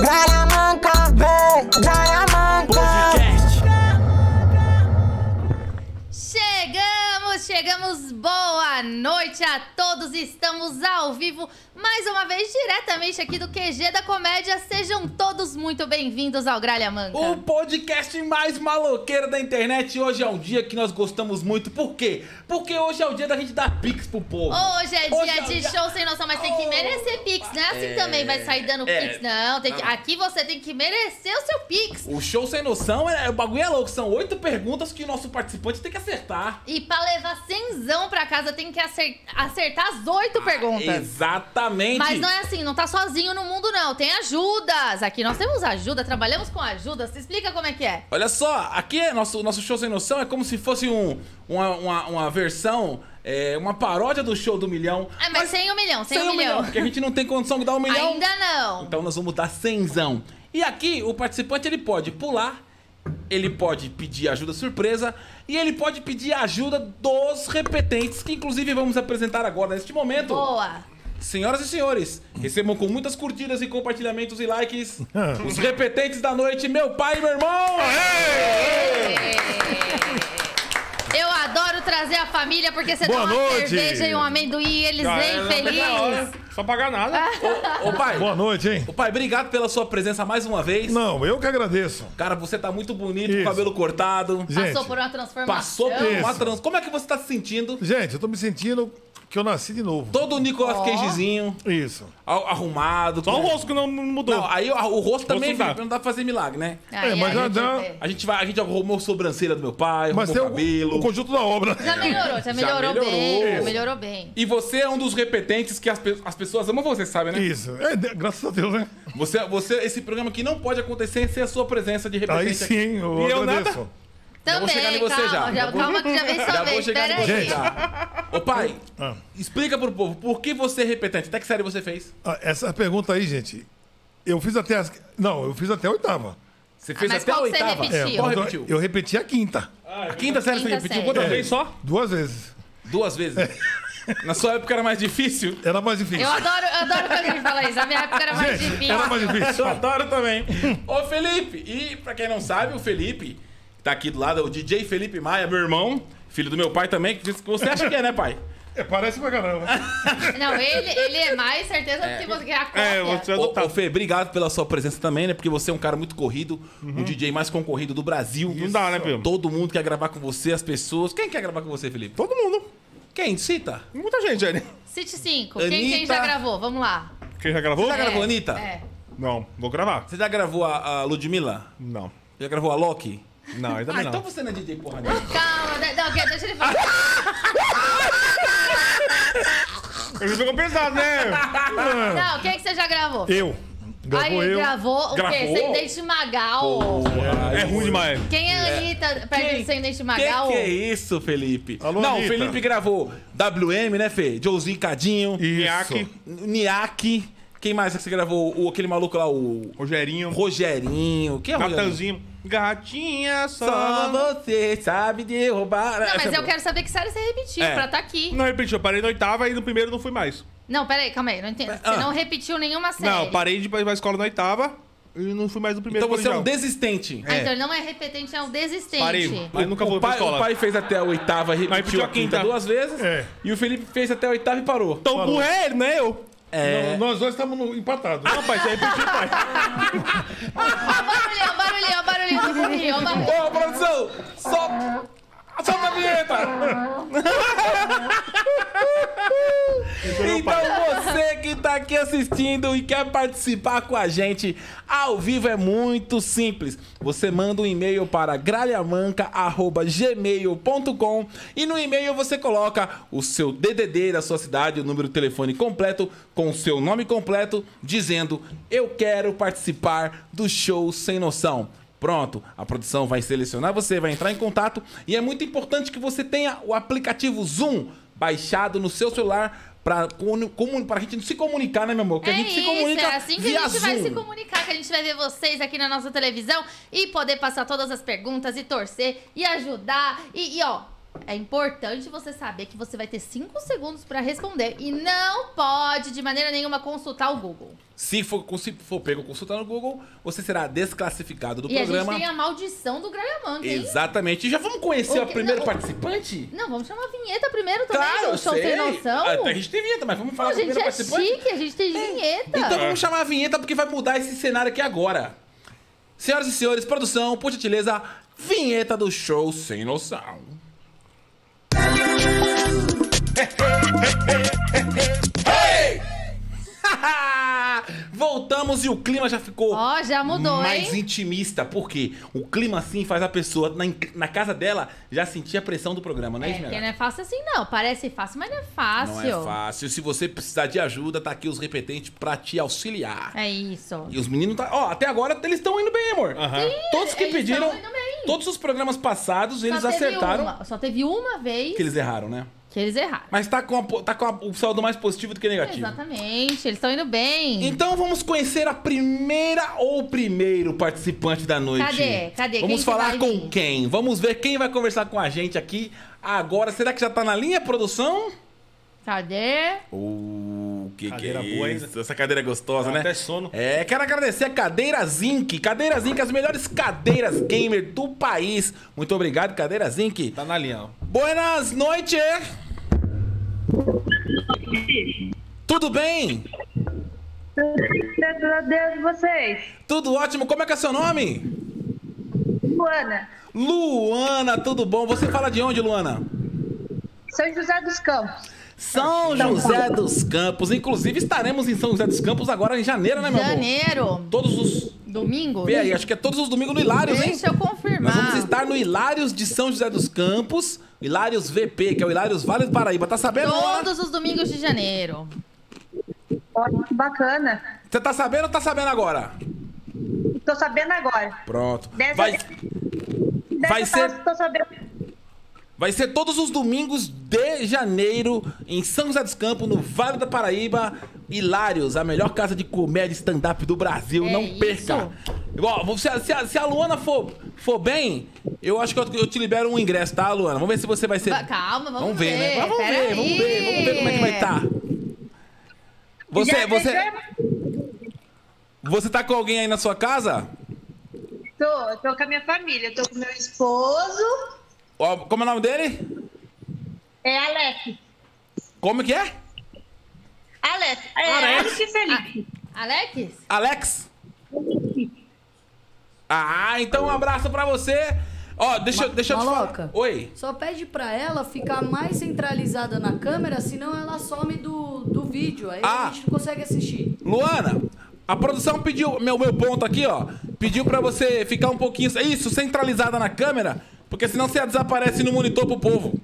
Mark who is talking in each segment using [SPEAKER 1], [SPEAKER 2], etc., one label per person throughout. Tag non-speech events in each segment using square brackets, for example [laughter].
[SPEAKER 1] Garamanca, vem, Garamanca.
[SPEAKER 2] Podcast.
[SPEAKER 3] Chegamos, chegamos. Boa noite a todos. Estamos ao vivo mais uma vez diretamente aqui do QG da Comédia. Sejam todos muito bem-vindos ao Gralha Manca.
[SPEAKER 2] O podcast mais maloqueiro da internet. Hoje é um dia que nós gostamos muito. Por quê? Porque hoje é o dia da gente dar pix pro povo.
[SPEAKER 3] Hoje é dia
[SPEAKER 2] Hoje é o
[SPEAKER 3] de
[SPEAKER 2] dia-
[SPEAKER 3] show sem noção, mas tem que
[SPEAKER 2] Oh.
[SPEAKER 3] merecer Pix, não é assim
[SPEAKER 2] É.
[SPEAKER 3] também vai sair dando
[SPEAKER 2] É.
[SPEAKER 3] Pix, não. Tem que-
[SPEAKER 2] Não.
[SPEAKER 3] Aqui você tem que merecer o seu Pix.
[SPEAKER 2] O show sem noção, é, o bagulho é louco. São oito perguntas que o nosso participante tem que acertar.
[SPEAKER 3] E pra levar cenzão pra casa, tem que acer- acertar as
[SPEAKER 2] Ah,
[SPEAKER 3] oito perguntas.
[SPEAKER 2] Exatamente.
[SPEAKER 3] Mas não é assim, não tá sozinho no mundo, não. Tem ajudas. Aqui nós temos ajuda, trabalhamos com ajuda. Se explica como é que é.
[SPEAKER 2] Olha só, aqui é nosso, nosso show sem noção é como se fosse um, uma, uma, uma versão, é, uma paródia do show do milhão.
[SPEAKER 3] Ah, mas sem um milhão, sem,
[SPEAKER 2] sem
[SPEAKER 3] um milhão.
[SPEAKER 2] Porque a gente não tem condição de dar um milhão.
[SPEAKER 3] [laughs] Ainda não.
[SPEAKER 2] Então nós vamos dar cenzão. E aqui o participante ele pode pular, ele pode pedir ajuda surpresa e ele pode pedir ajuda dos repetentes, que inclusive vamos apresentar agora neste momento.
[SPEAKER 3] Boa.
[SPEAKER 2] Senhoras e senhores, recebam com muitas curtidas e compartilhamentos e
[SPEAKER 4] [laughs]
[SPEAKER 2] likes os repetentes da noite, meu pai e meu irmão.
[SPEAKER 4] Ah,
[SPEAKER 3] Eu adoro trazer a família porque você
[SPEAKER 4] Boa
[SPEAKER 3] dá uma
[SPEAKER 4] noite.
[SPEAKER 3] cerveja e um amendoim e eles
[SPEAKER 5] Ah, é,
[SPEAKER 3] vêm
[SPEAKER 5] não, na hora.
[SPEAKER 3] felizes.
[SPEAKER 5] Só pagar nada.
[SPEAKER 2] Ô pai,
[SPEAKER 4] é? Boa noite, hein?
[SPEAKER 2] ô pai, obrigado pela sua presença mais uma vez.
[SPEAKER 4] Não, eu que agradeço.
[SPEAKER 2] Cara, você tá muito bonito,
[SPEAKER 4] Isso.
[SPEAKER 2] com o cabelo cortado.
[SPEAKER 4] Gente,
[SPEAKER 3] Passou por uma transformação.
[SPEAKER 2] Passou por uma
[SPEAKER 4] Isso.
[SPEAKER 2] trans. Como é que você tá se sentindo?
[SPEAKER 4] gente, eu tô me sentindo que eu nasci de novo.
[SPEAKER 2] Todo o Nicolas Cagezinho.
[SPEAKER 4] Isso.
[SPEAKER 2] Ar- arrumado.
[SPEAKER 5] Só o
[SPEAKER 2] tudo.
[SPEAKER 5] rosto que não mudou.
[SPEAKER 2] Não, aí o, o rosto também
[SPEAKER 5] não dá.
[SPEAKER 2] filho, não dá pra fazer milagre, né?
[SPEAKER 3] Aí,
[SPEAKER 4] É, mas
[SPEAKER 3] aí,
[SPEAKER 4] já dá-
[SPEAKER 3] gente,
[SPEAKER 2] A gente, vai, a gente arrumou a sobrancelha do meu pai,
[SPEAKER 4] Mas tem
[SPEAKER 2] arrumou o
[SPEAKER 4] o,
[SPEAKER 2] cabelo.
[SPEAKER 4] o conjunto da obra.
[SPEAKER 5] [laughs]
[SPEAKER 3] Já melhorou, já melhorou,
[SPEAKER 2] melhorou.
[SPEAKER 3] bem. já melhorou bem.
[SPEAKER 2] E você é um dos repetentes que as, pe- as pessoas amam você, sabe, né?
[SPEAKER 4] Isso. É, de- graças a Deus, né?
[SPEAKER 2] Você, você, esse programa aqui não pode acontecer sem a sua presença de repetente.
[SPEAKER 4] Aí
[SPEAKER 2] aqui.
[SPEAKER 4] sim, eu
[SPEAKER 5] E eu
[SPEAKER 4] agradeço.
[SPEAKER 2] vou chegar em
[SPEAKER 3] Também,
[SPEAKER 2] você
[SPEAKER 3] calma,
[SPEAKER 2] já. Já vou-
[SPEAKER 3] calma que já vem sua
[SPEAKER 2] [laughs] Já vou
[SPEAKER 3] vez.
[SPEAKER 2] chegar
[SPEAKER 3] Pera
[SPEAKER 2] em
[SPEAKER 3] aí.
[SPEAKER 2] você já. Ô pai,
[SPEAKER 4] Ah.
[SPEAKER 2] explica pro povo, por que você é repetente? Até que série você fez?
[SPEAKER 4] Ah, Essa pergunta aí, gente, eu fiz até as. Não, eu fiz até a oitava. É,
[SPEAKER 2] Você fez
[SPEAKER 3] Ah, mas
[SPEAKER 2] até a
[SPEAKER 3] qual que você
[SPEAKER 2] oitava? É,
[SPEAKER 3] repetiu?
[SPEAKER 2] Qual
[SPEAKER 4] mas eu-
[SPEAKER 2] repetiu?
[SPEAKER 4] Eu É. repeti a quinta.
[SPEAKER 2] A quinta série você
[SPEAKER 3] Quinta
[SPEAKER 2] repetiu?
[SPEAKER 3] série.
[SPEAKER 2] Quantas
[SPEAKER 5] Uma vez
[SPEAKER 2] vezes?
[SPEAKER 5] só?
[SPEAKER 4] Duas vezes.
[SPEAKER 2] Duas vezes. Na sua época era mais difícil?
[SPEAKER 4] Era mais difícil.
[SPEAKER 3] Eu adoro, eu adoro quando ele fala isso. A minha época era mais
[SPEAKER 4] Gente,
[SPEAKER 3] difícil.
[SPEAKER 4] era mais difícil.
[SPEAKER 5] [laughs] Eu adoro também.
[SPEAKER 2] Ô Felipe, e pra quem não sabe, o Felipe, que tá aqui do lado, é o DJ Felipe Maia, meu irmão, filho do meu pai também, que disse que você acha que é, né,
[SPEAKER 5] [laughs]
[SPEAKER 2] pai?
[SPEAKER 4] É, parece pra caramba.
[SPEAKER 3] Não, ele, ele é mais certeza do que você é a cópia.
[SPEAKER 5] É, você
[SPEAKER 2] Ô,
[SPEAKER 5] adotado.
[SPEAKER 2] ô Fê, obrigado pela sua presença também, né? Porque você é um cara muito corrido, o DJ mais concorrido do Brasil.
[SPEAKER 5] Uhum. Não dá, né, Pio?
[SPEAKER 2] Todo mundo quer gravar com você, as pessoas. Quem quer gravar com você, Felipe?
[SPEAKER 5] Todo mundo.
[SPEAKER 2] Quem? Cita.
[SPEAKER 5] Muita gente, né?
[SPEAKER 3] City 5. Quem, quem
[SPEAKER 2] Anitta.
[SPEAKER 3] já gravou? Vamos lá.
[SPEAKER 5] Quem já gravou?
[SPEAKER 2] Já gravou a
[SPEAKER 3] É,
[SPEAKER 2] Anitta?
[SPEAKER 3] É.
[SPEAKER 5] Não, vou gravar.
[SPEAKER 2] Você já gravou a, a Ludmilla?
[SPEAKER 5] Não.
[SPEAKER 2] Já gravou a Loki?
[SPEAKER 5] Não, ainda
[SPEAKER 2] Ah,
[SPEAKER 5] bem não.
[SPEAKER 2] então você não é DJ porra nenhuma.
[SPEAKER 3] Calma, de- não, quer- deixa ele falar.
[SPEAKER 5] Ele ficou pesado, [laughs] né?
[SPEAKER 3] Não, quem que você já gravou?
[SPEAKER 4] Eu. Gravou
[SPEAKER 3] Aí
[SPEAKER 4] eu.
[SPEAKER 3] gravou o quê?
[SPEAKER 2] Gravou?
[SPEAKER 3] Descendente Magal.
[SPEAKER 5] É ruim demais.
[SPEAKER 3] Quem é a Anitta perto do Descendente Magal?
[SPEAKER 2] Que que é isso, Felipe?
[SPEAKER 4] Alô,
[SPEAKER 2] não, o
[SPEAKER 4] Anitta.
[SPEAKER 2] Felipe gravou WM, né, Fê? Joãozinho Cadinho,
[SPEAKER 4] Isso.
[SPEAKER 5] Nhaque.
[SPEAKER 2] Niak. Quem mais é que você gravou? O, aquele maluco lá, o
[SPEAKER 5] Rogerinho.
[SPEAKER 2] Rogerinho. Quem é o Rogerinho?
[SPEAKER 5] Natanzinho. Gatinha
[SPEAKER 2] Só
[SPEAKER 5] só... não-
[SPEAKER 2] você sabe derrubar...
[SPEAKER 3] Não, mas eu quero saber que série você repetiu
[SPEAKER 2] É.
[SPEAKER 3] pra estar aqui.
[SPEAKER 5] Não repeti, eu parei na oitava e no primeiro não fui mais.
[SPEAKER 3] Não, peraí, calma aí, não entendo. Você
[SPEAKER 2] Ah.
[SPEAKER 3] não repetiu nenhuma série.
[SPEAKER 5] Não, parei de ir pra escola na oitava e não fui mais no primeiro
[SPEAKER 2] Então você é um
[SPEAKER 5] colegial.
[SPEAKER 2] desistente.
[SPEAKER 3] Ah, então ele não é repetente, é um desistente.
[SPEAKER 5] Parei. Eu nunca vou
[SPEAKER 2] o,
[SPEAKER 5] pra
[SPEAKER 2] pai,
[SPEAKER 5] escola.
[SPEAKER 2] o pai fez até a oitava e
[SPEAKER 5] Aí
[SPEAKER 2] repetiu a quinta duas vezes.
[SPEAKER 4] É.
[SPEAKER 2] E o Felipe fez até a oitava e parou. É.
[SPEAKER 5] Então o burro é ele, né? Eu.
[SPEAKER 4] Não, Nós dois estamos no- empatados.
[SPEAKER 5] Não, pai, você repetiu, pai.
[SPEAKER 3] Ó, Ah, barulhinho, ó, barulhinho, ó, barulhinho do burrinho, ó, barulhinho.
[SPEAKER 2] Ô, produção, só... Solta a vinheta! então você que tá aqui assistindo e quer participar com a gente ao vivo é muito simples. Você manda um e-mail para gralhamanca.gmail.com e no e-mail você coloca o seu DDD da sua cidade, o número de telefone completo, com o seu nome completo, dizendo eu quero participar do show Sem Noção. Pronto, a produção vai selecionar você, vai entrar em contato e é muito importante que você tenha o aplicativo Zoom baixado no seu celular para a gente se comunicar, né, meu amor? Que
[SPEAKER 3] É
[SPEAKER 2] a gente
[SPEAKER 3] isso,
[SPEAKER 2] se comunica
[SPEAKER 3] é assim que
[SPEAKER 2] via
[SPEAKER 3] a gente vai
[SPEAKER 2] Zoom.
[SPEAKER 3] se comunicar, que a gente vai ver vocês aqui na nossa televisão e poder passar todas as perguntas e torcer e ajudar. E, e, ó, É importante você saber que você vai ter 5 segundos pra responder e não pode, de maneira nenhuma, consultar o Google.
[SPEAKER 2] Se for, se for pego consultando no Google, você será desclassificado do
[SPEAKER 3] e
[SPEAKER 2] programa.
[SPEAKER 3] a gente tem a maldição do Grajamanca, hein?
[SPEAKER 2] Exatamente. E já vamos conhecer
[SPEAKER 3] O é
[SPEAKER 2] o
[SPEAKER 3] que-
[SPEAKER 2] primeiro
[SPEAKER 3] não.
[SPEAKER 2] participante?
[SPEAKER 3] Não, vamos chamar a vinheta primeiro também,
[SPEAKER 2] claro, eu
[SPEAKER 3] do show
[SPEAKER 2] sei.
[SPEAKER 3] sem noção.
[SPEAKER 2] Até a gente tem vinheta, mas vamos
[SPEAKER 3] Pô,
[SPEAKER 2] falar
[SPEAKER 3] a
[SPEAKER 2] do
[SPEAKER 3] gente
[SPEAKER 2] primeiro
[SPEAKER 3] é
[SPEAKER 2] participante.
[SPEAKER 3] chique, a gente tem vinheta.
[SPEAKER 2] Então vamos chamar a vinheta porque vai mudar esse cenário aqui agora. Senhoras e senhores, produção, por gentileza, vinheta do show sem noção. [laughs] Ei! Voltamos e o clima já ficou
[SPEAKER 3] Ó, já mudou,
[SPEAKER 2] mais
[SPEAKER 3] hein?
[SPEAKER 2] intimista, porque o clima assim faz a pessoa na, na casa dela já sentir a pressão do programa, não é,
[SPEAKER 3] É,
[SPEAKER 2] isso,
[SPEAKER 3] porque
[SPEAKER 2] Esmeralda?
[SPEAKER 3] não é fácil assim, não. Parece fácil, mas não é fácil.
[SPEAKER 2] Não é fácil. Se você precisar de ajuda, tá aqui os repetentes pra te auxiliar.
[SPEAKER 3] É isso.
[SPEAKER 2] E os meninos tá. Ó, até agora eles estão indo bem, amor.
[SPEAKER 5] Ah.
[SPEAKER 2] Todos que
[SPEAKER 3] eles
[SPEAKER 2] pediram.
[SPEAKER 3] tão indo bem.
[SPEAKER 2] Todos os programas passados, eles
[SPEAKER 3] Só teve
[SPEAKER 2] acertaram.
[SPEAKER 3] uma- só teve uma vez
[SPEAKER 2] Que eles erraram, né?
[SPEAKER 3] que eles erraram.
[SPEAKER 2] Mas tá com, a po- tá com a- o saldo mais positivo do que negativo.
[SPEAKER 3] Exatamente, eles estão indo bem.
[SPEAKER 2] Então vamos conhecer a primeira ou primeiro participante da noite.
[SPEAKER 3] Cadê? Cadê?
[SPEAKER 2] Vamos
[SPEAKER 3] Quem que
[SPEAKER 2] falar
[SPEAKER 3] vai
[SPEAKER 2] com
[SPEAKER 3] vir?
[SPEAKER 2] quem? Vamos ver quem vai conversar com a gente aqui agora. Será que já tá na linha, produção?
[SPEAKER 3] Cadê?
[SPEAKER 2] O que
[SPEAKER 5] Cadeira
[SPEAKER 2] que é
[SPEAKER 5] boa, hein?
[SPEAKER 2] isso? Essa cadeira é gostosa,
[SPEAKER 5] Dá
[SPEAKER 2] né?
[SPEAKER 5] até sono.
[SPEAKER 2] É, quero agradecer a Cadeira Zinc. Cadeira Zinc, as melhores cadeiras gamer do país. Muito obrigado, Cadeira Zinc.
[SPEAKER 5] Tá na linha, ó.
[SPEAKER 2] Buenas noites! Tudo bem?
[SPEAKER 6] Graças a Deus e vocês.
[SPEAKER 2] Tudo ótimo. Como é que é seu nome?
[SPEAKER 6] Luana,
[SPEAKER 2] Luana, tudo bom? Você fala de onde, Luana?
[SPEAKER 6] São José dos Campos.
[SPEAKER 2] São José dos Campos. Inclusive, estaremos em São José dos Campos agora em janeiro, né, meu amor?
[SPEAKER 3] Janeiro,
[SPEAKER 2] Todos os.
[SPEAKER 3] domingo.
[SPEAKER 2] Vê aí, acho que é todos os domingos no Hilários, hein?
[SPEAKER 3] Deixa eu
[SPEAKER 2] Nós
[SPEAKER 3] confirmar.
[SPEAKER 2] vamos estar no Hilários de São José dos Campos, Hilários VP, que é o Hilários Vale do Paraíba. Tá sabendo? Luana?
[SPEAKER 3] Todos os domingos de janeiro.
[SPEAKER 6] Olha que bacana.
[SPEAKER 2] Você tá sabendo ou tá sabendo agora?
[SPEAKER 6] Tô sabendo agora.
[SPEAKER 2] Pronto.
[SPEAKER 6] Dessa
[SPEAKER 2] Vai,
[SPEAKER 6] Dessa
[SPEAKER 2] Vai ser-
[SPEAKER 6] vez Tô sabendo.
[SPEAKER 2] vai ser todos os domingos de janeiro em São José dos Campos, no Vale da Paraíba. Hilários, a melhor casa de comédia e stand-up do Brasil.
[SPEAKER 3] É
[SPEAKER 2] Não
[SPEAKER 3] isso.
[SPEAKER 2] perca. Ó, vou- se, a, se a- se a Luana for, for bem, eu acho que eu, eu te libero um ingresso, tá, Luana? Vamos ver se você vai ser.
[SPEAKER 3] Va- Calma, vamos,
[SPEAKER 2] Vamos ver, né? Mas Vamos
[SPEAKER 3] pera
[SPEAKER 2] ver, vamos ver,
[SPEAKER 3] aí.
[SPEAKER 2] vamos ver como é que vai estar. Você,
[SPEAKER 6] Já
[SPEAKER 2] você,
[SPEAKER 6] deixou-
[SPEAKER 2] você tá com alguém aí na sua casa?
[SPEAKER 6] Tô, tô com a minha família. Tô com meu esposo.
[SPEAKER 2] Ó, Como é o nome dele?
[SPEAKER 6] É Alex.
[SPEAKER 2] Como que é?
[SPEAKER 6] Alex. É
[SPEAKER 2] Alex.
[SPEAKER 6] Alex e Felipe.
[SPEAKER 3] Alex?
[SPEAKER 2] Alex? Ah, então um abraço pra você. Ó, deixa, eu- deixa eu te falar.
[SPEAKER 7] Maloca.
[SPEAKER 2] Oi.
[SPEAKER 7] Só pede pra ela ficar mais centralizada na câmera, senão ela some do, do vídeo. Aí
[SPEAKER 2] Ah.
[SPEAKER 7] a gente não consegue assistir.
[SPEAKER 2] Luana, a produção pediu, meu, meu ponto aqui, ó, pediu pra você ficar um pouquinho, isso, centralizada na câmera, porque senão você desaparece no monitor pro povo.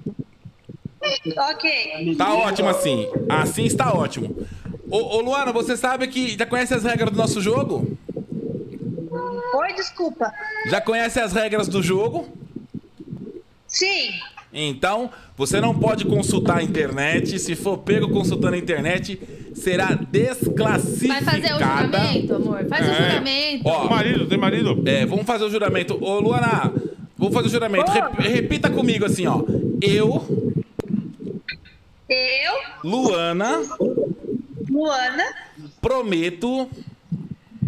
[SPEAKER 6] Ah, Ok.
[SPEAKER 2] Tá ótimo assim. Assim está ótimo. Ô, ô Luana, você sabe que já conhece as regras do nosso jogo?
[SPEAKER 6] Oi, desculpa.
[SPEAKER 2] Já conhece as regras do jogo?
[SPEAKER 6] Sim.
[SPEAKER 2] Então, você não pode consultar a internet. Se for pego consultando a internet, será
[SPEAKER 3] Vai
[SPEAKER 2] desclassificada.
[SPEAKER 3] fazer o juramento, amor? Faz o
[SPEAKER 5] É.
[SPEAKER 3] juramento.
[SPEAKER 2] Ó,
[SPEAKER 5] Marido, tem marido?
[SPEAKER 2] é, vamos fazer o juramento. Ô, Luana, vamos fazer o juramento. Rep- repita comigo assim, ó. Eu,
[SPEAKER 6] Eu,
[SPEAKER 2] Luana,
[SPEAKER 6] Luana,
[SPEAKER 2] prometo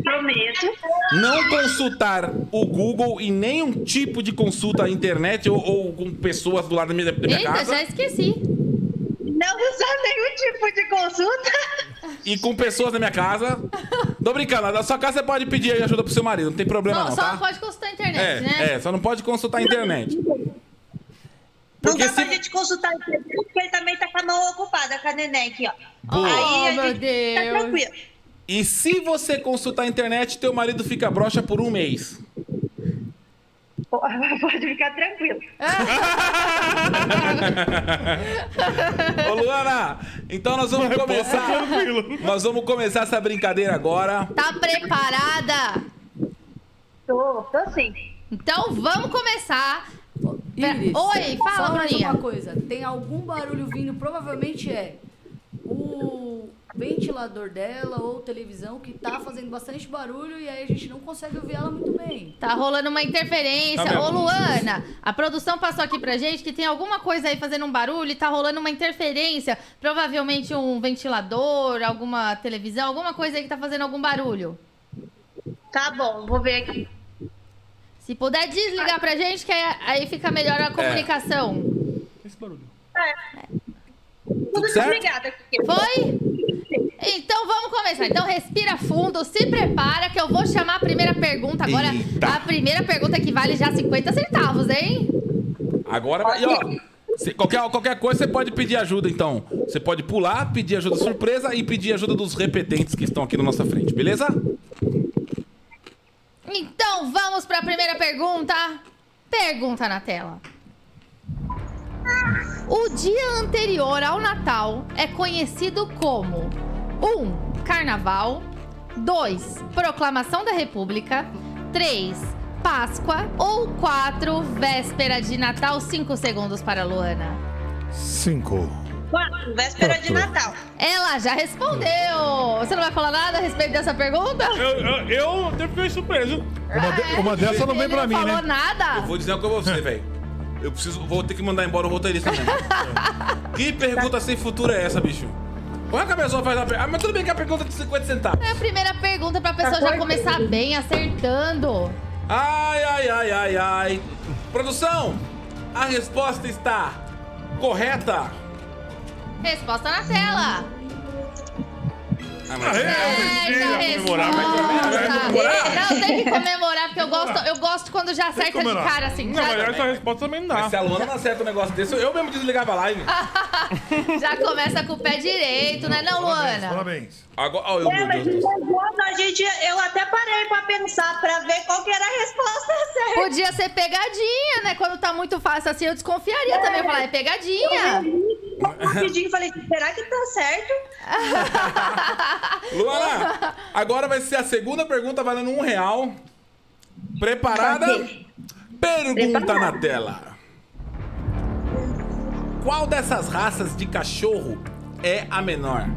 [SPEAKER 6] prometo
[SPEAKER 2] não consultar o Google e nenhum tipo de consulta à internet ou, ou com pessoas do lado da minha, da minha
[SPEAKER 3] Eita,
[SPEAKER 2] casa
[SPEAKER 3] já esqueci.
[SPEAKER 6] não usar nenhum tipo de consulta.
[SPEAKER 2] e com pessoas da minha casa. Tô brincando, na sua casa você pode pedir ajuda pro seu marido, não tem problema
[SPEAKER 3] Só,
[SPEAKER 2] não,
[SPEAKER 3] só
[SPEAKER 2] tá?
[SPEAKER 3] não pode consultar a
[SPEAKER 2] é,
[SPEAKER 3] internet, né?
[SPEAKER 2] é, só não pode consultar a internet.
[SPEAKER 6] Não
[SPEAKER 2] Porque
[SPEAKER 6] dá pra
[SPEAKER 2] se-
[SPEAKER 6] gente consultar o prefeito, porque ele também tá com a mão ocupada com a neném aqui, ó.
[SPEAKER 2] Boa.
[SPEAKER 6] Aí a
[SPEAKER 3] Oh, meu
[SPEAKER 6] gente
[SPEAKER 3] Deus.
[SPEAKER 6] tá tranquilo.
[SPEAKER 2] E se você consultar a internet, teu marido fica broxa por um mês.
[SPEAKER 6] [laughs] Pode ficar tranquilo.
[SPEAKER 2] Ô Luana, então nós vamos
[SPEAKER 5] é
[SPEAKER 2] começar.
[SPEAKER 5] Tranquilo.
[SPEAKER 2] Nós vamos começar essa brincadeira agora.
[SPEAKER 3] Tá preparada?
[SPEAKER 6] Tô, tô sim.
[SPEAKER 3] Então vamos começar. Pera-
[SPEAKER 7] Iris,
[SPEAKER 3] Oi, fala,
[SPEAKER 7] só mais
[SPEAKER 3] Bruninha.
[SPEAKER 7] uma coisa. Tem algum barulho vindo, provavelmente é. o ventilador dela ou televisão que tá fazendo bastante barulho e aí a gente não consegue ouvir ela muito bem.
[SPEAKER 3] Tá rolando uma interferência.
[SPEAKER 5] Tá
[SPEAKER 3] Ô,
[SPEAKER 5] mesmo.
[SPEAKER 3] Luana, a produção passou aqui pra gente que tem alguma coisa aí fazendo um barulho e tá rolando uma interferência. Provavelmente um ventilador, alguma televisão, alguma coisa aí que tá fazendo algum barulho.
[SPEAKER 6] Tá bom, vou ver aqui.
[SPEAKER 3] Se puder desligar pra gente, que aí aí fica melhor
[SPEAKER 5] É.
[SPEAKER 3] a comunicação.
[SPEAKER 5] Esse barulho.
[SPEAKER 6] É. Tudo
[SPEAKER 2] certo?
[SPEAKER 6] desligado aqui.
[SPEAKER 3] Foi? Então vamos começar. Então respira fundo, se prepara que eu vou chamar a primeira pergunta agora.
[SPEAKER 2] Eita.
[SPEAKER 3] A primeira pergunta que vale já 50 centavos, hein?
[SPEAKER 2] Agora, e ó, cê- qualquer, qualquer coisa você pode pedir ajuda, então. Você pode pular, pedir ajuda surpresa e pedir ajuda dos repetentes que estão aqui na nossa frente, beleza?
[SPEAKER 3] Então vamos para a primeira pergunta. Pergunta na tela. O dia anterior ao Natal é conhecido como 1. Um, Carnaval 2. Proclamação da República 3. Páscoa ou 4. Véspera de Natal 5 segundos para a Luana.
[SPEAKER 4] Cinco.
[SPEAKER 6] Quatro, véspera de Natal.
[SPEAKER 3] Ela já respondeu! Você não vai falar nada a respeito dessa pergunta?
[SPEAKER 5] Eu, eu, eu até fiquei surpreso.
[SPEAKER 4] Uma, de- uma dessa não vem
[SPEAKER 3] Ele
[SPEAKER 4] pra mim,
[SPEAKER 3] não falou
[SPEAKER 4] né?
[SPEAKER 3] nada?
[SPEAKER 2] Vou dizer uma coisa pra você, velho. Eu preciso. Vou ter que mandar embora o roteirista
[SPEAKER 6] [laughs]
[SPEAKER 2] mesmo. que pergunta sem futuro é essa, bicho? Como é que a pessoa faz a pergunta? Ah, mas tudo bem que é a pergunta é de 50 centavos.
[SPEAKER 3] É a primeira pergunta pra pessoa já começar bem, acertando.
[SPEAKER 2] Ai, ai, ai, ai, ai. Produção, a resposta está correta.
[SPEAKER 3] Resposta na tela.
[SPEAKER 2] Ah, mas...
[SPEAKER 3] Certa
[SPEAKER 5] precisa comemorar, vai
[SPEAKER 3] resposta. Não, tem que comemorar, porque eu gosto, eu gosto quando já acerta de
[SPEAKER 4] comemorar.
[SPEAKER 3] cara, assim.
[SPEAKER 5] Na verdade, essa
[SPEAKER 3] Já,
[SPEAKER 5] resposta também
[SPEAKER 6] Tá.
[SPEAKER 5] não
[SPEAKER 2] Mas se
[SPEAKER 5] dá.
[SPEAKER 2] a Luana não acerta um negócio desse, eu mesmo desligava a live.
[SPEAKER 6] Ah.
[SPEAKER 3] já começa com o pé direito, né não, Luana?
[SPEAKER 4] Parabéns.
[SPEAKER 2] Agora, ó, eu,
[SPEAKER 6] É,
[SPEAKER 2] meu
[SPEAKER 6] mas
[SPEAKER 2] Deus do céu.
[SPEAKER 6] enquanto a gente, eu até parei pra pensar, pra ver qual que era a resposta [laughs] certa.
[SPEAKER 3] Podia ser pegadinha, né? Quando tá muito fácil assim, eu desconfiaria também. Eu falar, é pegadinha.
[SPEAKER 6] um Rapidinho, falei, será que tá certo?
[SPEAKER 2] Luana, agora vai ser a segunda pergunta valendo um real. Preparada?
[SPEAKER 6] Ok.
[SPEAKER 2] Pergunta
[SPEAKER 6] Preparada.
[SPEAKER 2] na tela. Qual dessas raças de cachorro é a menor?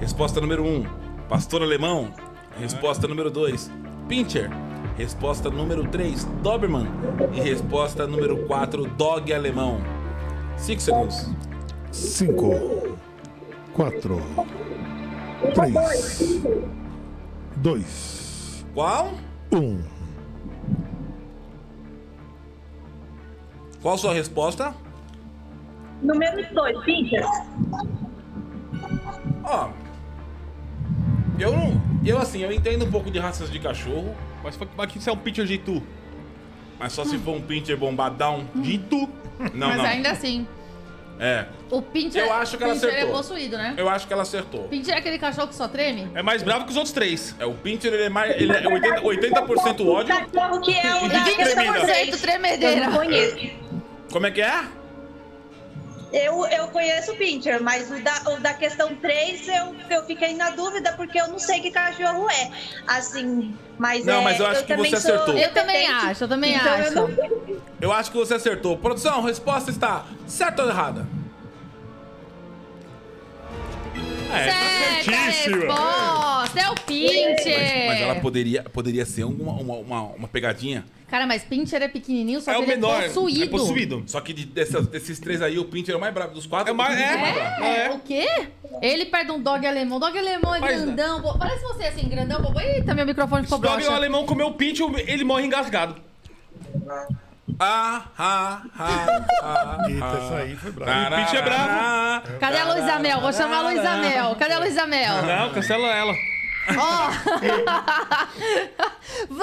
[SPEAKER 2] Resposta número 1, um, pastor alemão. Resposta número 2, pincher. Resposta número 3, Doberman. E resposta número 4, dog alemão. 5 segundos.
[SPEAKER 4] Cinco. Quatro. Três. Dois.
[SPEAKER 2] Qual?
[SPEAKER 4] Um.
[SPEAKER 2] Qual a sua resposta?
[SPEAKER 6] Número dois, Pinter.
[SPEAKER 2] Ó. Eu não. Eu assim, eu entendo um pouco de raças de cachorro,
[SPEAKER 5] Mas foi- mas que se é um pitcher de tu?
[SPEAKER 2] mas só se for um pincher bombadão.
[SPEAKER 5] De tu?
[SPEAKER 2] Não,
[SPEAKER 3] Mas
[SPEAKER 2] não.
[SPEAKER 3] ainda assim,
[SPEAKER 2] É.
[SPEAKER 3] o Pinter,
[SPEAKER 2] Eu acho que ela
[SPEAKER 3] Pinter é
[SPEAKER 2] acertou.
[SPEAKER 3] possuído, né?
[SPEAKER 2] Eu acho que ela acertou.
[SPEAKER 3] Pinter é aquele cachorro que só treme?
[SPEAKER 5] É mais bravo que os outros três.
[SPEAKER 2] É, o pincher ele é mais. Ele é 80%, 80% ódio.
[SPEAKER 6] Cachorro que é o
[SPEAKER 2] E
[SPEAKER 6] da
[SPEAKER 2] de
[SPEAKER 6] questão
[SPEAKER 2] tremida.
[SPEAKER 6] três.
[SPEAKER 3] Tremedeira.
[SPEAKER 6] Eu não conheço.
[SPEAKER 2] Como é que é?
[SPEAKER 6] Eu, eu conheço o Pinter, mas o da, o da questão 3 eu, eu fiquei na dúvida porque eu não sei que cachorro é. Assim, mas
[SPEAKER 2] Não,
[SPEAKER 6] é,
[SPEAKER 2] mas eu acho que
[SPEAKER 6] também
[SPEAKER 2] você
[SPEAKER 6] sou
[SPEAKER 2] acertou.
[SPEAKER 3] Eu também
[SPEAKER 6] independente,
[SPEAKER 3] acho, eu também
[SPEAKER 6] então
[SPEAKER 3] acho.
[SPEAKER 6] Eu não,
[SPEAKER 2] Eu acho que você acertou. Produção, resposta está certa ou errada? tá
[SPEAKER 5] É,
[SPEAKER 3] Certa resposta, é o Pinter.
[SPEAKER 2] Mas ela poderia, poderia ser uma, uma, uma, uma pegadinha.
[SPEAKER 3] Cara, mas Pinter é pequenininho, só
[SPEAKER 5] É
[SPEAKER 3] que
[SPEAKER 5] o
[SPEAKER 3] ele
[SPEAKER 5] menor.
[SPEAKER 3] é possuído.
[SPEAKER 5] É possuído.
[SPEAKER 2] Só que de- dessas- desses três aí, o pincher é o mais bravo dos quatro.
[SPEAKER 5] É mais- é.
[SPEAKER 3] É, o quê? Ele perde um dog alemão. Dog alemão é
[SPEAKER 5] Mas-
[SPEAKER 3] grandão. bo- Parece você assim, grandão, bobo. Eita, meu microfone ficou
[SPEAKER 5] Se o
[SPEAKER 3] broxa.
[SPEAKER 5] alemão comeu o pitcher, ele morre engasgado.
[SPEAKER 2] Ah, ah, ah, ah.
[SPEAKER 4] Eita, essa aí foi brava.
[SPEAKER 5] O Pitch é bravo.
[SPEAKER 3] Cadê a Luísa Mel? Vou chamar a Luísa Mel. Cadê a Luísa Mel?
[SPEAKER 5] Não, cancela ela.
[SPEAKER 3] Ó. [laughs] Vamos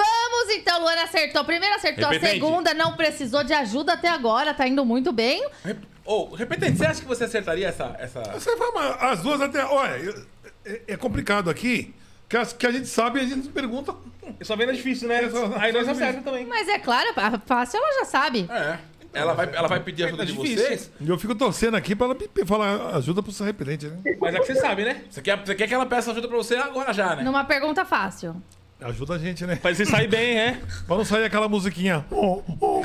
[SPEAKER 3] então, Luana acertou. Primeiro acertou a
[SPEAKER 2] Repetente.
[SPEAKER 3] segunda, não precisou de ajuda até agora, tá indo muito bem.
[SPEAKER 2] Rep- Ô, repetente, você acha que você acertaria essa. essa...
[SPEAKER 4] Você vai, mas as duas até. Olha, eu- é, é complicado aqui, que as que a gente sabe a gente pergunta.
[SPEAKER 5] Eu só vendo é difícil, né?
[SPEAKER 4] Eu só-
[SPEAKER 5] Aí nós
[SPEAKER 4] só difícil.
[SPEAKER 5] acerta também.
[SPEAKER 3] Mas é claro, a fácil ela já sabe.
[SPEAKER 2] É. Ela vai, ela vai pedir ajuda de
[SPEAKER 5] Tá difícil.
[SPEAKER 2] vocês?
[SPEAKER 4] E eu fico torcendo aqui pra ela me- me falar ajuda pro seu repelente, né?
[SPEAKER 5] Mas é que você sabe, né?
[SPEAKER 2] Você quer, você quer que ela peça ajuda pra você agora já, né?
[SPEAKER 3] Numa pergunta fácil.
[SPEAKER 4] Ajuda a gente, né?
[SPEAKER 5] Pra você sair bem, é.
[SPEAKER 4] Pra não sair aquela musiquinha. Oh, oh.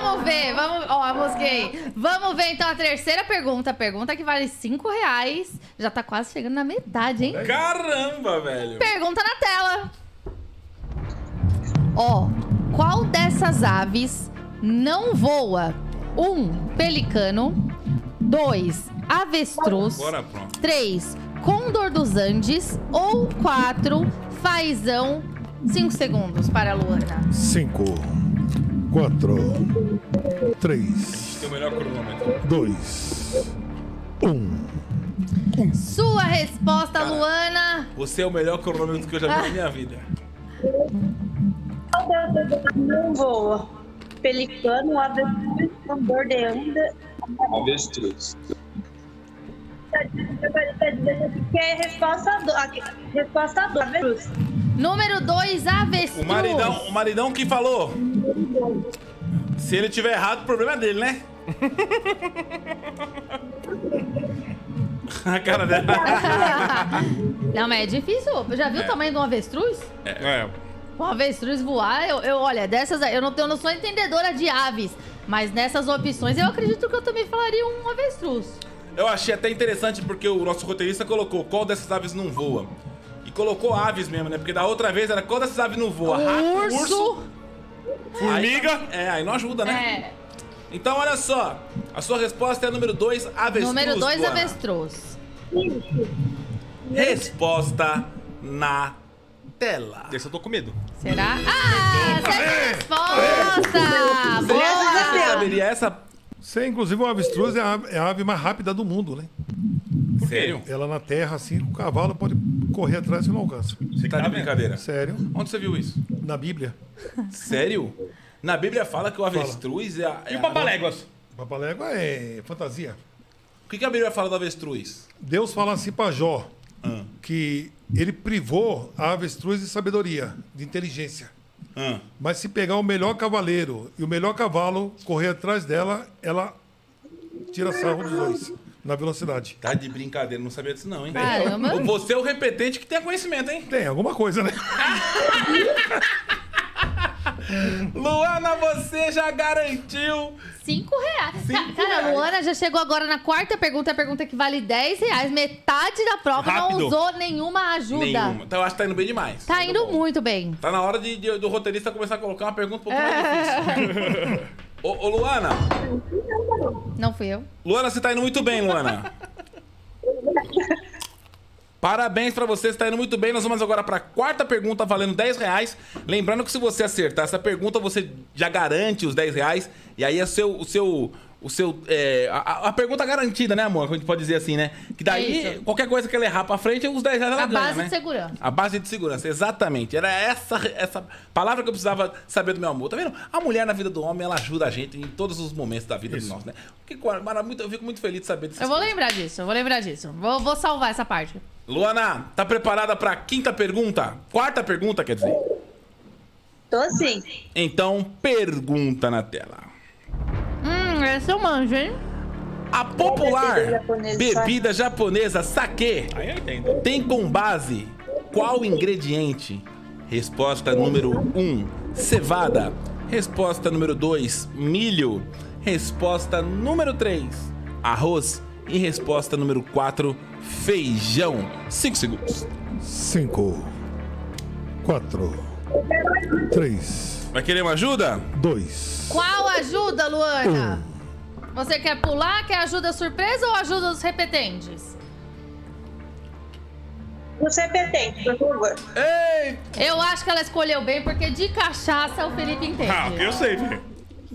[SPEAKER 3] Vamos ver, vamos. Ó, a mosquei. Vamos ver então a terceira pergunta. Pergunta que vale 5 reais. Já tá quase chegando na metade, hein?
[SPEAKER 2] Caramba, velho.
[SPEAKER 3] Pergunta na tela. Ó, qual dessas aves não voa? Um, pelicano. Dois, avestruz.
[SPEAKER 2] Bora, pronto.
[SPEAKER 3] Três, Condor dos Andes. Ou quatro, Faisão. Cinco segundos para a Luana.
[SPEAKER 4] Cinco, quatro, três,
[SPEAKER 2] Tem é o melhor cronômetro.
[SPEAKER 4] dois, um.
[SPEAKER 3] Sua resposta, Luana.
[SPEAKER 2] Você é o melhor cronômetro que eu já vi na minha vida.
[SPEAKER 6] Não voa. Pelicano, avestruz, condor de anda.
[SPEAKER 8] Avestruz.
[SPEAKER 6] Que é resposta do. aqui, Resposta do avestruz.
[SPEAKER 3] Número 2, avestruz.
[SPEAKER 2] O maridão, o maridão que falou. Se ele tiver errado, o problema é dele, né? [laughs] A cara dela.
[SPEAKER 3] Não, mas é difícil. Já viu o tamanho de um avestruz?
[SPEAKER 5] É.
[SPEAKER 3] Um avestruz voar, eu, eu- olha, dessas aí, eu não, tenho, eu não sou entendedora de aves, mas nessas opções eu acredito que eu também falaria um avestruz.
[SPEAKER 2] Eu achei até interessante porque o nosso roteirista colocou qual dessas aves não voa. E colocou aves mesmo, né? Porque da outra vez era qual dessas aves não voa. Rato,
[SPEAKER 3] urso.
[SPEAKER 2] formiga. é, aí não ajuda, né?
[SPEAKER 3] É,
[SPEAKER 2] Então olha só. A sua resposta é a número 2, avestruz.
[SPEAKER 3] número 2,
[SPEAKER 2] Luana.
[SPEAKER 3] avestruz.
[SPEAKER 2] Resposta na tela.
[SPEAKER 5] Esse eu tô com medo.
[SPEAKER 3] Será? Ah, certa resposta!
[SPEAKER 2] Você
[SPEAKER 3] Boa!
[SPEAKER 2] saberia essa?
[SPEAKER 4] Você, inclusive, o avestruz é a ave, é a ave mais rápida do mundo, né?
[SPEAKER 2] Sério?
[SPEAKER 4] Ela na terra, assim, o cavalo pode correr atrás e não alcança.
[SPEAKER 2] Você tá de brincadeira.
[SPEAKER 4] Sério?
[SPEAKER 2] Onde você viu isso?
[SPEAKER 4] Na Bíblia,
[SPEAKER 2] Sério? Na Bíblia fala que o avestruz é a.
[SPEAKER 5] E
[SPEAKER 2] é
[SPEAKER 5] o
[SPEAKER 2] a-
[SPEAKER 5] papaléguas?
[SPEAKER 4] papalégua é fantasia.
[SPEAKER 2] O que, que a Bíblia fala do avestruz?
[SPEAKER 4] Deus fala assim pra Jó que ele privou a avestruz de sabedoria, de inteligência.
[SPEAKER 2] Hã?
[SPEAKER 4] Mas se pegar o melhor cavaleiro e o melhor cavalo, correr atrás dela, ela tira sarro dos dois, na velocidade.
[SPEAKER 2] Tá de brincadeira, não sabia disso não, hein?
[SPEAKER 3] Caramba.
[SPEAKER 2] Ou Você é o repetente que tem conhecimento, hein?
[SPEAKER 4] Tem alguma coisa, né?
[SPEAKER 2] Luana, você já garantiu!
[SPEAKER 3] Cinco reais. Ca- Cara, a Luana já chegou agora na quarta pergunta, a pergunta que vale 10 reais. Metade da prova não
[SPEAKER 5] Rápido.
[SPEAKER 3] usou nenhuma ajuda.
[SPEAKER 2] Nenhuma. Então eu acho que tá indo bem demais.
[SPEAKER 3] Tá indo muito bem.
[SPEAKER 2] Tá na hora de, de- do roteirista começar a colocar uma pergunta um pouco
[SPEAKER 3] É.
[SPEAKER 2] mais
[SPEAKER 3] [laughs]
[SPEAKER 2] difícil. ô, ô, Luana,
[SPEAKER 3] Não fui eu.
[SPEAKER 2] Luana, você tá indo muito bem, Luana. Parabéns pra você, você tá indo muito bem. Nós vamos agora pra quarta pergunta, valendo 10 reais. Lembrando que se você acertar essa pergunta, você já garante os 10 reais. E aí é seu, o seu... O seu é, a, a pergunta garantida, né, amor? Que a gente pode dizer assim, né? Que daí,
[SPEAKER 3] É Isso.
[SPEAKER 2] qualquer coisa que ela errar pra frente, os 10 reais ela
[SPEAKER 3] A
[SPEAKER 2] ganha,
[SPEAKER 3] base
[SPEAKER 2] né?
[SPEAKER 3] de segurança.
[SPEAKER 2] A base de segurança, exatamente. Era essa, essa palavra que eu precisava saber do meu amor. Tá vendo? A mulher na vida do homem, ela ajuda a gente em todos os momentos da vida do nosso, né? Que, co- mara- muito- eu fico muito feliz de saber disso.
[SPEAKER 3] Eu vou lembrar disso, eu vou lembrar disso. Vou, vou salvar essa parte.
[SPEAKER 2] Luana, tá preparada pra quinta pergunta? Quarta pergunta, quer dizer?
[SPEAKER 6] Tô assim. sim.
[SPEAKER 2] Então, pergunta na tela.
[SPEAKER 3] Hum, esse eu manjo, hein?
[SPEAKER 2] A popular
[SPEAKER 6] bebida japonesa?
[SPEAKER 2] bebida japonesa sake
[SPEAKER 5] Aí eu entendo.
[SPEAKER 2] tem com base qual ingrediente? Resposta número 1, um, cevada. Resposta número 2, milho. Resposta número 3, arroz. E resposta número 4, feijão. 5 segundos.
[SPEAKER 4] Cinco, quatro, três,
[SPEAKER 2] Vai querer uma ajuda?
[SPEAKER 4] dois.
[SPEAKER 3] Qual ajuda, Luana? Você quer pular, quer ajuda surpresa ou ajuda dos repetentes?
[SPEAKER 6] Você pretende, por favor.
[SPEAKER 2] Ei!
[SPEAKER 3] Eu acho que ela escolheu bem, porque de cachaça o Felipe entende.
[SPEAKER 5] Ah, eu sei, filho.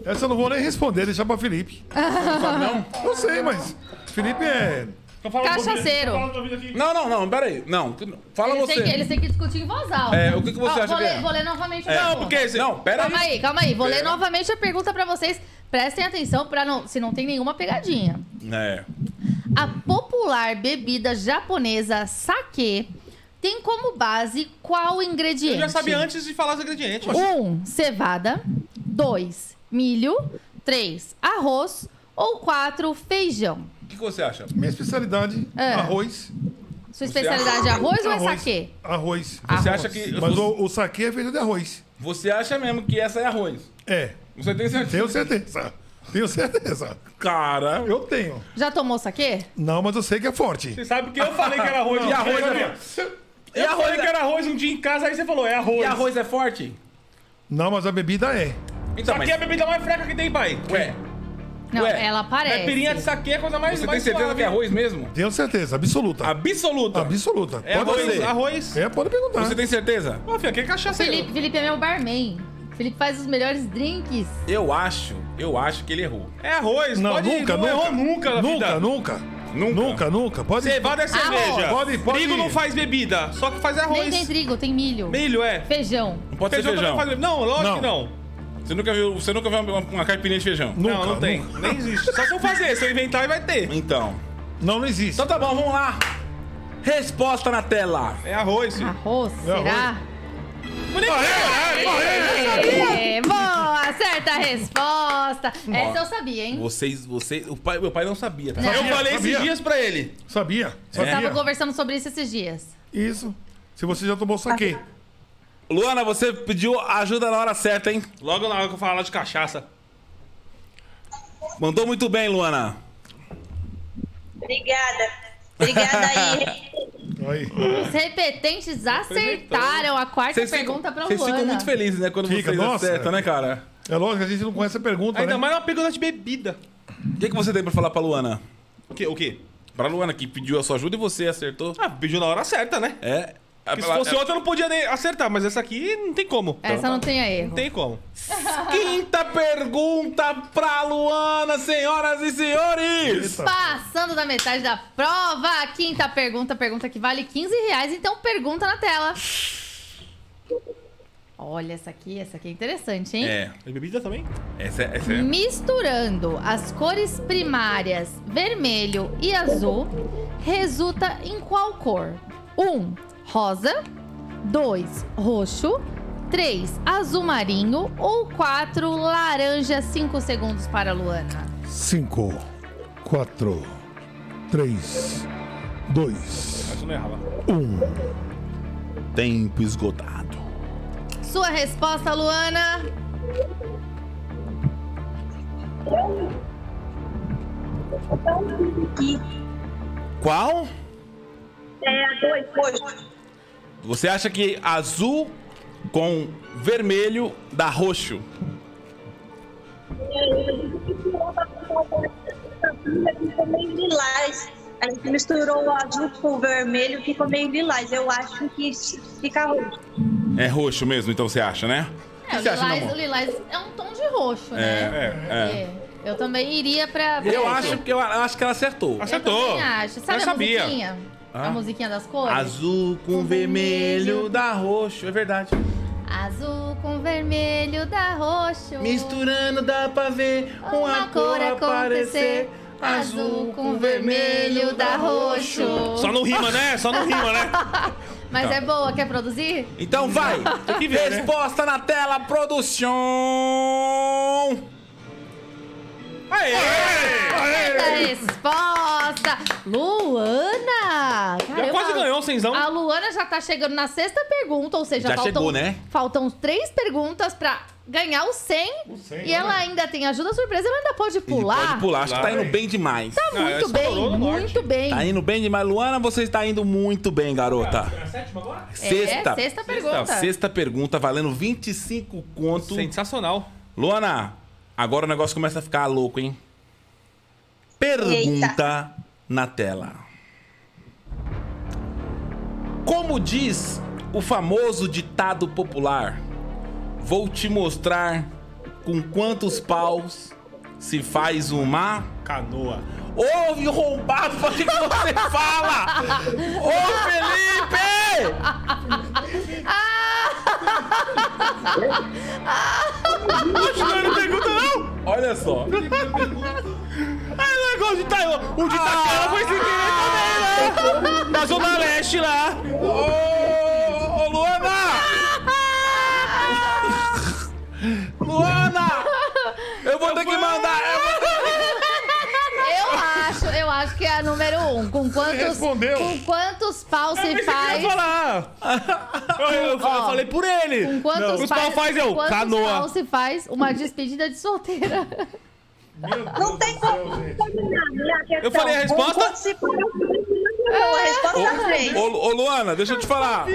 [SPEAKER 4] Essa eu não vou nem responder, deixar pra Felipe.
[SPEAKER 2] Não?
[SPEAKER 4] Não sei, mas Felipe é.
[SPEAKER 5] Tô falando
[SPEAKER 3] Cachaceiro.
[SPEAKER 5] tô falando da vida aqui.
[SPEAKER 2] Não, não, não, peraí. Não, que não. fala
[SPEAKER 3] Eles
[SPEAKER 2] você.
[SPEAKER 3] têm, que, eles têm que discutir em voz alta.
[SPEAKER 2] É, o que que você acha
[SPEAKER 3] vou
[SPEAKER 2] que é?
[SPEAKER 3] ler, vou ler novamente o
[SPEAKER 2] É,
[SPEAKER 3] pergunta.
[SPEAKER 2] Não, É. peraí.
[SPEAKER 3] Calma aí, calma aí. Vou ler novamente a pergunta pra vocês. Prestem atenção pra não, se não tem nenhuma pegadinha.
[SPEAKER 2] É.
[SPEAKER 3] A popular bebida japonesa sake tem como base qual ingrediente?
[SPEAKER 5] Eu já sabia antes de falar os ingredientes.
[SPEAKER 3] 1. Cevada. 2. Milho. 3. Arroz. Ou 4. Feijão.
[SPEAKER 2] O que que você acha?
[SPEAKER 4] Minha especialidade,
[SPEAKER 3] É.
[SPEAKER 4] arroz.
[SPEAKER 3] Sua especialidade é arroz ou é
[SPEAKER 4] Arroz.
[SPEAKER 3] saquê?
[SPEAKER 4] Arroz.
[SPEAKER 2] Você
[SPEAKER 3] Arroz.
[SPEAKER 2] acha que.
[SPEAKER 4] Mas o, o saque é feito de arroz.
[SPEAKER 2] Você acha mesmo que essa é arroz?
[SPEAKER 4] É.
[SPEAKER 2] Você tem certeza?
[SPEAKER 4] Tenho certeza. Tenho certeza.
[SPEAKER 2] Cara.
[SPEAKER 4] Eu tenho.
[SPEAKER 3] Já tomou saquê?
[SPEAKER 4] Não, mas eu sei que é forte.
[SPEAKER 5] Você sabe que eu falei que era arroz.
[SPEAKER 2] E arroz,
[SPEAKER 5] Eu
[SPEAKER 2] né? E
[SPEAKER 5] Eu
[SPEAKER 2] arroz, é-
[SPEAKER 5] falei que era arroz um dia em casa, aí você falou, é arroz.
[SPEAKER 2] e arroz é forte?
[SPEAKER 4] Não, mas a bebida é.
[SPEAKER 2] Então,
[SPEAKER 5] Saquê
[SPEAKER 2] mas.
[SPEAKER 5] é a bebida mais fraca que tem, pai.
[SPEAKER 2] Ué,
[SPEAKER 3] Não,
[SPEAKER 2] Ué,
[SPEAKER 3] ela parece.
[SPEAKER 5] Caipirinha de saquê é a coisa mais
[SPEAKER 2] você tem
[SPEAKER 5] mais
[SPEAKER 2] certeza
[SPEAKER 5] suave.
[SPEAKER 2] que é arroz mesmo?
[SPEAKER 4] Tenho certeza, absoluta.
[SPEAKER 2] Absoluta.
[SPEAKER 4] Absoluta.
[SPEAKER 5] É
[SPEAKER 4] pode
[SPEAKER 5] arroz,
[SPEAKER 4] ser.
[SPEAKER 5] arroz.
[SPEAKER 4] É, pode perguntar.
[SPEAKER 2] Você tem certeza?
[SPEAKER 5] É. Ô, filho, que cachaça aí?
[SPEAKER 3] Felipe, Felipe é meu barman. Felipe faz os melhores drinks.
[SPEAKER 2] Eu acho, eu acho que ele errou.
[SPEAKER 5] É arroz,
[SPEAKER 4] Não,
[SPEAKER 5] pode
[SPEAKER 4] nunca,
[SPEAKER 5] não errou
[SPEAKER 4] nunca.
[SPEAKER 5] nunca na
[SPEAKER 4] nunca,
[SPEAKER 5] vida.
[SPEAKER 4] nunca. Nunca, nunca. Pode
[SPEAKER 5] Cevada é cerveja.
[SPEAKER 4] Pode- pode-
[SPEAKER 5] Trigo não faz bebida, só que faz
[SPEAKER 3] Nem
[SPEAKER 5] arroz.
[SPEAKER 3] tem trigo, tem milho.
[SPEAKER 5] Milho, é.
[SPEAKER 3] Feijão.
[SPEAKER 2] Não pode ser
[SPEAKER 5] também
[SPEAKER 2] feijão. tá
[SPEAKER 5] não faz bebida. Não, lógico que
[SPEAKER 4] Não.
[SPEAKER 5] não.
[SPEAKER 2] Você nunca viu, você nunca viu uma, uma caipirinha de feijão?
[SPEAKER 4] Nunca,
[SPEAKER 5] não, não tem.
[SPEAKER 4] nunca.
[SPEAKER 5] Nem existe. Só se eu fazer, se eu inventar, vai ter.
[SPEAKER 2] Então.
[SPEAKER 4] Não, não existe.
[SPEAKER 2] Então tá bom, vamos lá. Resposta na tela.
[SPEAKER 5] É arroz, filho.
[SPEAKER 3] Arroz, será? É, boa, certa resposta. Essa eu sabia, hein?
[SPEAKER 2] Vocês, vocês, o pai, meu pai não sabia, tá?
[SPEAKER 5] Eu
[SPEAKER 4] Sabia,
[SPEAKER 5] falei esses
[SPEAKER 4] sabia.
[SPEAKER 5] dias pra ele.
[SPEAKER 4] Sabia?
[SPEAKER 3] Eu
[SPEAKER 4] Sabia?
[SPEAKER 3] tava conversando sobre isso esses dias.
[SPEAKER 4] Isso. Se você já tomou saque.
[SPEAKER 2] Luana, você pediu ajuda na hora certa, hein?
[SPEAKER 5] Logo na hora que eu falar de cachaça.
[SPEAKER 2] Mandou muito bem, Luana.
[SPEAKER 6] Obrigada. Obrigada
[SPEAKER 2] [laughs]
[SPEAKER 6] aí.
[SPEAKER 4] Aí.
[SPEAKER 3] Os repetentes acertaram a quarta pergunta é pra
[SPEAKER 2] vocês
[SPEAKER 3] Luana.
[SPEAKER 2] ficam muito felizes, né? Quando
[SPEAKER 4] Fica,
[SPEAKER 2] vocês
[SPEAKER 4] nossa.
[SPEAKER 2] acertam, né, cara?
[SPEAKER 4] É lógico que a gente não conhece a
[SPEAKER 2] Tá
[SPEAKER 4] pergunta,
[SPEAKER 5] Ainda
[SPEAKER 4] né?
[SPEAKER 5] mais uma pergunta de bebida.
[SPEAKER 2] O que, que você tem pra falar pra Luana?
[SPEAKER 5] O quê? O quê?
[SPEAKER 2] Pra Luana, que pediu a sua ajuda e você acertou.
[SPEAKER 5] Ah, pediu na hora certa, né?
[SPEAKER 2] É.
[SPEAKER 5] Porque se fosse outra, eu não podia nem acertar, mas essa aqui não tem como.
[SPEAKER 3] Essa não tem erro.
[SPEAKER 5] Não tem como.
[SPEAKER 2] Quinta pergunta pra Luana, senhoras e senhores!
[SPEAKER 4] Eita.
[SPEAKER 3] Passando da metade da prova, a quinta pergunta, pergunta que vale 15 reais, então pergunta na tela. Olha essa aqui, essa aqui é interessante, hein?
[SPEAKER 2] É,
[SPEAKER 5] Tem bebida também?
[SPEAKER 2] essa, é- essa é.
[SPEAKER 3] Misturando as cores primárias vermelho e azul, resulta em qual cor? 1. Um, rosa. 2. Roxo. 3. Azul marinho. Ou 4. Laranja. 5 segundos para a Luana.
[SPEAKER 4] Cinco, quatro, três, dois,
[SPEAKER 5] Isso não
[SPEAKER 2] é
[SPEAKER 5] errava.
[SPEAKER 4] um.
[SPEAKER 2] Tempo esgotado.
[SPEAKER 3] Sua resposta, Luana?
[SPEAKER 2] Qual?
[SPEAKER 6] É a dois, poxa.
[SPEAKER 2] Você acha que azul com vermelho dá roxo?
[SPEAKER 6] Ficou meio lilás. A gente misturou o azul com o vermelho, ficou meio lilás. Eu acho que isso fica roxo.
[SPEAKER 2] É roxo mesmo, então você acha, né?
[SPEAKER 3] É, o,
[SPEAKER 2] você acha, meu
[SPEAKER 3] lilás,
[SPEAKER 2] amor?
[SPEAKER 3] o lilás é um tom de roxo, né?
[SPEAKER 2] É, é.
[SPEAKER 3] Eu também iria pra. pra
[SPEAKER 2] Eu
[SPEAKER 3] esse.
[SPEAKER 2] acho que eu acho que ela acertou.
[SPEAKER 3] Eu
[SPEAKER 5] Acertou.
[SPEAKER 3] também acho. Sabe
[SPEAKER 5] Eu
[SPEAKER 3] a
[SPEAKER 5] sabia.
[SPEAKER 3] musiquinha?
[SPEAKER 2] Ah.
[SPEAKER 3] A musiquinha das cores?
[SPEAKER 2] Azul com vermelho dá roxo, é verdade.
[SPEAKER 3] Azul com vermelho dá roxo.
[SPEAKER 2] Misturando dá pra ver uma cor aparecer. Azul com vermelho dá roxo.
[SPEAKER 5] Só não rima, né? Só não rima,
[SPEAKER 3] [laughs]
[SPEAKER 5] né?
[SPEAKER 3] Mas é boa, quer produzir?
[SPEAKER 2] Então vai!
[SPEAKER 5] que ver, né?
[SPEAKER 2] Resposta na tela, produção!
[SPEAKER 5] Aê!
[SPEAKER 3] Certa é resposta! Luana! Caramba,
[SPEAKER 5] quase ganhou o cenzão.
[SPEAKER 3] A Luana já tá chegando na sexta pergunta, ou seja,
[SPEAKER 2] Já
[SPEAKER 3] faltam,
[SPEAKER 2] chegou, né?
[SPEAKER 3] faltam três perguntas pra ganhar o 100. e ela ainda tem ajuda surpresa, ela ainda pode pular.
[SPEAKER 2] Pode pular, acho que tá indo bem demais.
[SPEAKER 3] Tá
[SPEAKER 5] Não, ela
[SPEAKER 3] muito
[SPEAKER 5] estourou no
[SPEAKER 3] bem,
[SPEAKER 5] norte.
[SPEAKER 3] muito bem.
[SPEAKER 2] Tá indo bem demais. Luana, você está indo muito bem, garota.
[SPEAKER 5] É a sétima agora?
[SPEAKER 2] Sexta.
[SPEAKER 3] É, sexta pergunta.
[SPEAKER 2] Sexta pergunta, valendo 25 conto.
[SPEAKER 5] Sensacional.
[SPEAKER 2] Luana, agora o negócio começa a ficar louco, hein? Pergunta na tela. Como diz o famoso ditado popular, vou te mostrar com quantos paus se faz uma.
[SPEAKER 5] Canoa.
[SPEAKER 2] Ouve roubado, o que que você fala? Ô Felipe!
[SPEAKER 5] Não, não né, pergunta, não!
[SPEAKER 2] Olha só.
[SPEAKER 5] Ai, negócio de Taiwan. O de
[SPEAKER 3] Ah!
[SPEAKER 5] Itacala foi sem querer também, né? Na Zona Leste lá.
[SPEAKER 2] Ô, ô, ô, Luana! Luana! Eu vou ter que mandar. eu vou-
[SPEAKER 3] Eu acho, eu acho que é a número um. com, com quantos,
[SPEAKER 4] respondeu.
[SPEAKER 3] com quantos paus se faz...
[SPEAKER 5] Eu falar.
[SPEAKER 3] [laughs]
[SPEAKER 5] Eu, eu- eu falei por ele.
[SPEAKER 3] Com quantos
[SPEAKER 5] Os pau
[SPEAKER 3] pais,
[SPEAKER 5] faz eu,
[SPEAKER 3] com quantos
[SPEAKER 5] canoa.
[SPEAKER 3] paus se faz uma despedida de solteira?
[SPEAKER 6] Não tem como terminar, né? a questão.
[SPEAKER 5] falei a resposta?
[SPEAKER 6] Quando se para, não, a resposta é três.
[SPEAKER 2] Ô, ô, Luana, deixa eu te falar.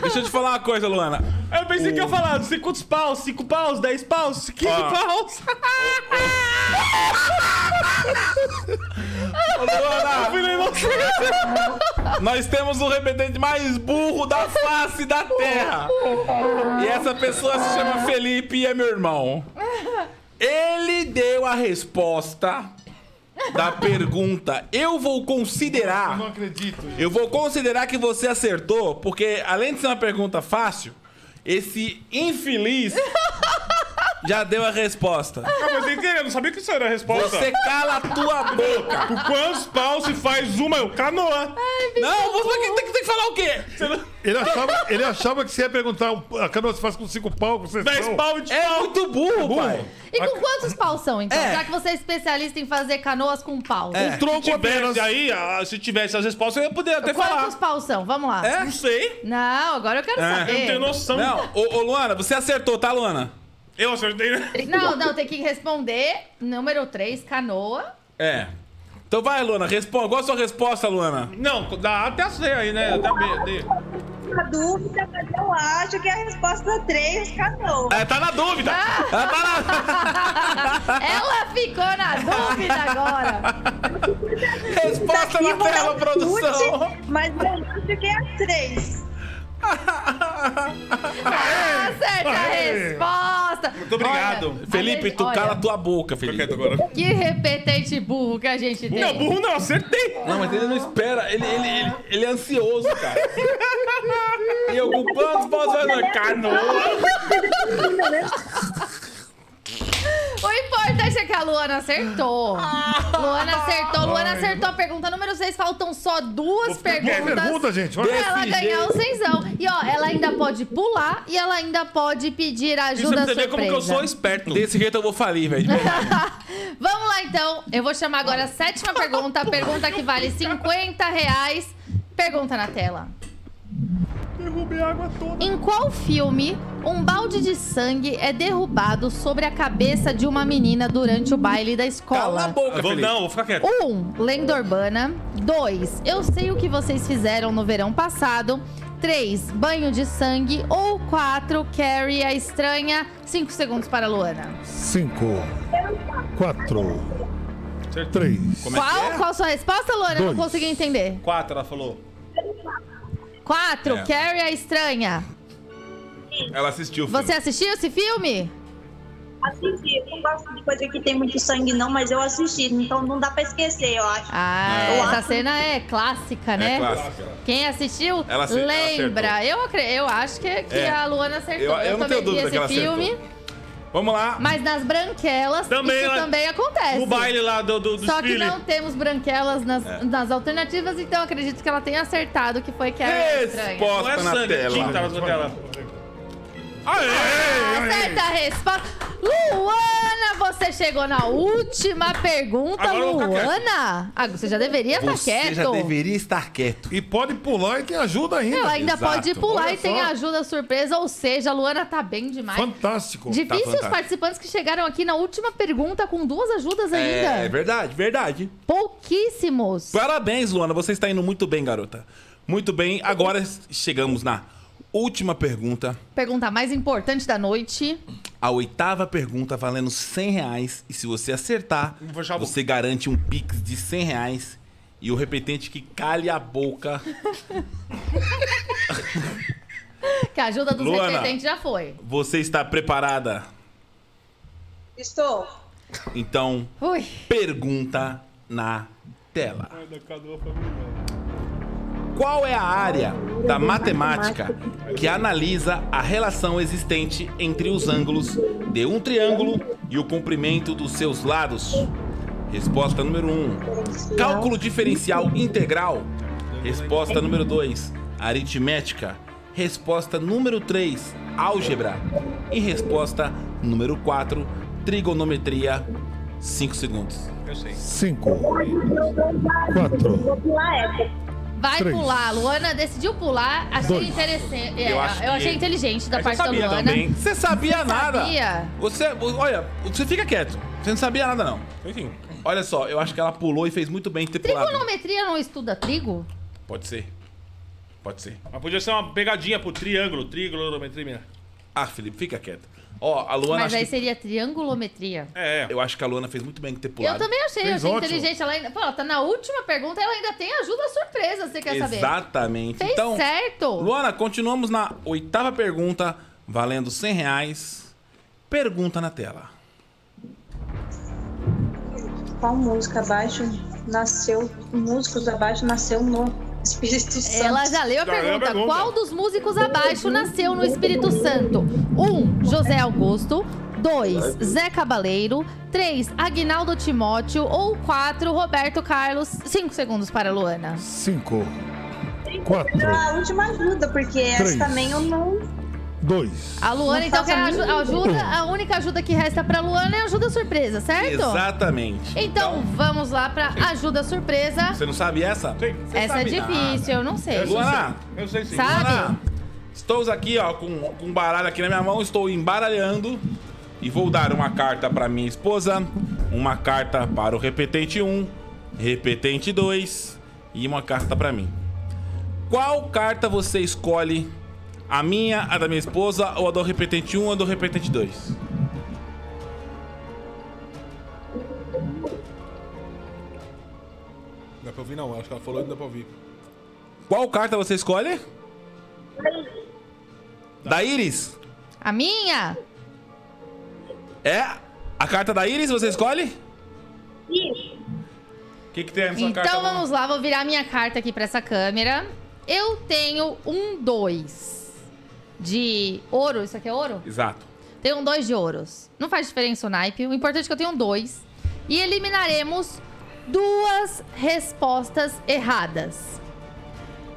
[SPEAKER 2] Deixa eu te falar uma coisa, Luana.
[SPEAKER 5] Eu pensei que ia falar, não sei quantos paus, 5 paus, 10 paus, 15
[SPEAKER 2] Ó.
[SPEAKER 5] paus.
[SPEAKER 2] Ô, Luana,
[SPEAKER 5] Filho, você.
[SPEAKER 2] nós temos o repetente mais burro da face da Terra. E essa pessoa se chama Felipe e é meu irmão. Ele deu a resposta da pergunta. Eu vou
[SPEAKER 4] Eu
[SPEAKER 2] considerar.
[SPEAKER 4] não acredito. gente.
[SPEAKER 2] Eu vou considerar que você acertou, porque além de ser uma pergunta fácil, esse infeliz já deu a resposta.
[SPEAKER 5] Ah, mas tem que- eu não sabia que isso era a resposta.
[SPEAKER 2] Você cala a tua boca.
[SPEAKER 5] Com quantos paus se faz uma? Eu, canoa.
[SPEAKER 3] É.
[SPEAKER 2] Não, você tem que, tem que falar o quê?
[SPEAKER 4] Ele achava, ele achava que você ia perguntar a canoa se faz com cinco pau, com
[SPEAKER 5] 10
[SPEAKER 4] sessão.
[SPEAKER 5] paus de
[SPEAKER 2] É muito burro,
[SPEAKER 4] Burro.
[SPEAKER 2] pai.
[SPEAKER 3] E com quantos paus são, então?
[SPEAKER 2] É.
[SPEAKER 3] Já que você é especialista em fazer canoas com pau.
[SPEAKER 2] É.
[SPEAKER 5] tronco
[SPEAKER 4] Se tivesse
[SPEAKER 5] aí, se tivesse as respostas, eu ia poder até
[SPEAKER 3] Quantos paus são? Vamos lá.
[SPEAKER 2] É?
[SPEAKER 5] Não sei.
[SPEAKER 3] Não, agora eu quero
[SPEAKER 2] É.
[SPEAKER 5] Eu não
[SPEAKER 3] saber.
[SPEAKER 5] tenho noção.
[SPEAKER 2] Não, ô, ô, Luana, você acertou, tá, Luana?
[SPEAKER 5] Eu acertei, né?
[SPEAKER 3] Não, não, tem que responder. Número 3, canoa.
[SPEAKER 2] É. Então vai, Luana, responda. Qual a sua resposta, Luana?
[SPEAKER 5] Não, dá até a C aí, né? Até B, D.
[SPEAKER 6] A dúvida, mas eu acho que a resposta é três, canoa.
[SPEAKER 5] É, tá na dúvida.
[SPEAKER 3] Ah! Ela ficou na dúvida
[SPEAKER 5] [laughs]
[SPEAKER 3] agora.
[SPEAKER 6] Tá
[SPEAKER 2] Resposta na tela, produção.
[SPEAKER 6] um Mas eu acho que é a três.
[SPEAKER 3] Acerta a
[SPEAKER 4] Aê.
[SPEAKER 3] resposta. Muito
[SPEAKER 5] obrigado.
[SPEAKER 2] Felipe, tu cala a tua boca, Felipe.
[SPEAKER 5] agora.
[SPEAKER 3] Que repetente burro que a gente tem.
[SPEAKER 5] Não, burro não, acertei.
[SPEAKER 2] Não, mas ele não espera. Ele, ele, ele, ele é ansioso, cara. e eu com
[SPEAKER 3] tá
[SPEAKER 2] quantos paus vai na canoa?
[SPEAKER 3] O importante é que a Luana acertou.
[SPEAKER 5] Ah.
[SPEAKER 3] Luana acertou, Luana acertou a pergunta número 6. Faltam só duas
[SPEAKER 4] Boa
[SPEAKER 3] perguntas.
[SPEAKER 4] pergunta, gente. Olha.
[SPEAKER 3] Pra ela
[SPEAKER 2] Desse
[SPEAKER 3] ganhar o cenzão. E ó, ela ainda pode pular e ela ainda pode pedir
[SPEAKER 5] Isso pra
[SPEAKER 3] ajuda
[SPEAKER 5] você ver
[SPEAKER 3] surpresa.
[SPEAKER 5] como que eu sou esperto.
[SPEAKER 2] Desse jeito eu vou falir, velho.
[SPEAKER 3] Vamos lá então. Eu vou chamar agora a sétima
[SPEAKER 5] [laughs]
[SPEAKER 3] pergunta. a Pergunta que vale 50 reais. Pergunta na tela.
[SPEAKER 5] Derrubei a água toda.
[SPEAKER 3] Em qual filme um balde de sangue é derrubado sobre a cabeça de uma menina durante o baile da escola?
[SPEAKER 2] Cala a boca,
[SPEAKER 5] Eu vou,
[SPEAKER 2] Felipe.
[SPEAKER 5] não, vou ficar quieto.
[SPEAKER 3] 1. Um, lenda urbana. 2. Eu sei o que vocês fizeram no verão passado. 3. Banho de sangue. Ou 4. Carrie a estranha. 5 segundos para a Luana.
[SPEAKER 2] é
[SPEAKER 4] Cinco, quatro, três.
[SPEAKER 3] Qual?
[SPEAKER 2] é?
[SPEAKER 3] Qual sua resposta, Luana? Eu Não
[SPEAKER 4] Dois.
[SPEAKER 3] consegui entender.
[SPEAKER 5] Quatro, ela falou.
[SPEAKER 3] 4.
[SPEAKER 2] É.
[SPEAKER 3] Carrie a estranha.
[SPEAKER 2] Ela assistiu.
[SPEAKER 3] Você assistiu esse filme?
[SPEAKER 6] Assisti, eu não gosto de coisa que tem muito sangue, não, mas eu assisti, então não dá pra esquecer, eu acho.
[SPEAKER 3] Ah,
[SPEAKER 6] É.
[SPEAKER 3] essa cena é clássica, né?
[SPEAKER 2] clássica.
[SPEAKER 3] Quem assistiu
[SPEAKER 2] Ela ace- ela
[SPEAKER 3] lembra. eu, acre- eu acho que, que
[SPEAKER 2] É.
[SPEAKER 3] a Luana acertou.
[SPEAKER 2] Eu- eu não
[SPEAKER 3] também
[SPEAKER 2] tenho dúvida
[SPEAKER 3] vi
[SPEAKER 2] que
[SPEAKER 3] esse
[SPEAKER 2] ela
[SPEAKER 3] filme.
[SPEAKER 2] Vamos lá.
[SPEAKER 3] Mas nas branquelas,
[SPEAKER 5] Também
[SPEAKER 3] isso
[SPEAKER 5] ela-
[SPEAKER 3] também acontece.
[SPEAKER 5] No baile lá do, do, do
[SPEAKER 3] É assim. Só que
[SPEAKER 5] desfile.
[SPEAKER 3] não temos branquelas nas,
[SPEAKER 2] É.
[SPEAKER 3] nas alternativas, então acredito que ela tenha acertado que foi que era estranha.
[SPEAKER 5] Não é
[SPEAKER 2] Resposta na
[SPEAKER 5] sangue, é tinta
[SPEAKER 2] tela.
[SPEAKER 5] na sua tela.
[SPEAKER 3] Acerta a resposta. Luana, você chegou na última pergunta,
[SPEAKER 5] Agora eu vou ficar quieto.
[SPEAKER 3] Luana. Ah, você já deveria estar quieto.
[SPEAKER 2] estar quieto.
[SPEAKER 4] E pode pular e tem ajuda ainda.
[SPEAKER 3] Ela ainda
[SPEAKER 2] Exato.
[SPEAKER 3] pode pular
[SPEAKER 4] Olha
[SPEAKER 3] e tem
[SPEAKER 4] só.
[SPEAKER 3] ajuda surpresa, ou seja, a Luana tá bem demais.
[SPEAKER 4] Fantástico.
[SPEAKER 3] Difícil os
[SPEAKER 2] tá fantástico.
[SPEAKER 3] participantes que chegaram aqui na última pergunta com duas ajudas ainda.
[SPEAKER 2] É, é verdade, verdade.
[SPEAKER 3] Pouquíssimos.
[SPEAKER 2] Parabéns, Luana. Você está indo muito bem, garota. Muito bem. Agora chegamos na última pergunta.
[SPEAKER 3] Pergunta mais importante da noite.
[SPEAKER 2] A oitava pergunta valendo 100 reais. E se você acertar,
[SPEAKER 5] Vou fechar a boca.
[SPEAKER 2] você garante um pix de 100 reais. E o repetente que cale a boca.
[SPEAKER 3] Que a ajuda dos
[SPEAKER 2] Luana.
[SPEAKER 3] repetentes já foi.
[SPEAKER 2] Você está preparada?
[SPEAKER 6] Estou.
[SPEAKER 2] Então,
[SPEAKER 3] Ui.
[SPEAKER 2] pergunta na tela. Qual é a área da matemática que analisa a relação existente entre os ângulos de um triângulo e o comprimento dos seus lados? Resposta número 1. Cálculo diferencial integral. Resposta número 2. Aritmética. Resposta número 3. Álgebra. E resposta número 4. Trigonometria 5 segundos.
[SPEAKER 5] Eu sei.
[SPEAKER 4] Cinco. Quatro.
[SPEAKER 6] Vou pular essa.
[SPEAKER 3] Vai
[SPEAKER 4] Três.
[SPEAKER 3] pular. A Luana decidiu pular. Achei
[SPEAKER 4] Dois.
[SPEAKER 3] interessante.
[SPEAKER 5] Eu
[SPEAKER 3] eu,
[SPEAKER 5] acho que-
[SPEAKER 3] achei inteligente da
[SPEAKER 5] Mas
[SPEAKER 3] parte da
[SPEAKER 5] eu sabia
[SPEAKER 3] Luana.
[SPEAKER 5] também.
[SPEAKER 2] Você sabia nada?
[SPEAKER 3] sabia?
[SPEAKER 2] Você, olha, você fica quieto. Você não sabia nada, não.
[SPEAKER 5] Enfim.
[SPEAKER 2] Olha só, eu acho que ela pulou e fez muito bem em ter pulado.
[SPEAKER 3] Trigonometria não estuda trigo?
[SPEAKER 2] Pode ser. Pode ser.
[SPEAKER 5] Mas podia ser uma pegadinha pro triângulo, trigonometria.
[SPEAKER 2] Ah, Felipe, fica quieto. Ó, a Luana.
[SPEAKER 3] Mas
[SPEAKER 2] acho
[SPEAKER 3] aí
[SPEAKER 2] que-
[SPEAKER 3] seria triangulometria.
[SPEAKER 5] É, é.
[SPEAKER 2] Eu acho que a Luana fez muito bem em ter pulado.
[SPEAKER 3] Eu também achei, eu
[SPEAKER 4] Fez
[SPEAKER 3] achei
[SPEAKER 4] ótimo.
[SPEAKER 3] inteligente. Ela ainda, pô, ela tá na última pergunta, ela ainda tem ajuda surpresa, você quer saber?
[SPEAKER 2] Exatamente.
[SPEAKER 3] Fez
[SPEAKER 2] então,
[SPEAKER 3] certo.
[SPEAKER 2] Luana, continuamos na oitava pergunta, valendo 100 reais. Pergunta na tela.
[SPEAKER 6] Qual música abaixo nasceu? Músicos abaixo nasceu no Espírito Santo.
[SPEAKER 3] Ela já leu a
[SPEAKER 5] Já leu a
[SPEAKER 3] pergunta.
[SPEAKER 5] pergunta.
[SPEAKER 3] Qual dos músicos abaixo nasceu no Espírito Santo? 1. Um, José Augusto. 2. Zé Cabaleiro. 3. Agnaldo Timóteo. Ou 4. Roberto Carlos. 5 segundos para a Luana.
[SPEAKER 4] Cinco. Quatro.
[SPEAKER 6] A última ajuda, porque
[SPEAKER 4] Três.
[SPEAKER 6] essa também eu não.
[SPEAKER 4] Dois.
[SPEAKER 3] A Luana,
[SPEAKER 6] Não
[SPEAKER 3] então,
[SPEAKER 6] faço
[SPEAKER 3] quer aju-
[SPEAKER 6] a mínima
[SPEAKER 3] ajuda. A única ajuda que resta para a Luana é ajuda surpresa, certo?
[SPEAKER 2] Exatamente.
[SPEAKER 3] Então, vamos lá para ajuda surpresa.
[SPEAKER 2] Você não sabe essa?
[SPEAKER 5] Sei, sei.
[SPEAKER 3] Essa é
[SPEAKER 2] sabe nada.
[SPEAKER 3] difícil, eu não sei.
[SPEAKER 2] Luana,
[SPEAKER 5] Eu sei sim.
[SPEAKER 3] Sabe?
[SPEAKER 2] Luana, estou aqui, ó, com, com um baralho aqui na minha mão, estou embaralhando e vou dar uma carta para minha esposa, uma carta para o repetente 1, repetente 2 e uma carta para mim. Qual carta você escolhe? A minha, a da minha esposa ou a do repetente 1 ou a do repetente 2?
[SPEAKER 8] Dá pra ouvir, não. Acho que ela falou e não dá pra ouvir.
[SPEAKER 2] Qual carta você escolhe? Tá. Da Iris?
[SPEAKER 3] A minha?
[SPEAKER 2] É? A carta da Iris você escolhe? O que, que tem aí na sua carta?
[SPEAKER 3] Então
[SPEAKER 2] Luana?
[SPEAKER 3] vamos lá, vou virar minha carta aqui pra essa câmera. Eu tenho um dois de ouro. Isso aqui é ouro?
[SPEAKER 2] Exato.
[SPEAKER 3] Tenho um dois de ouros. Não faz diferença o naipe. O importante é que eu tenho um dois. E eliminaremos duas respostas erradas.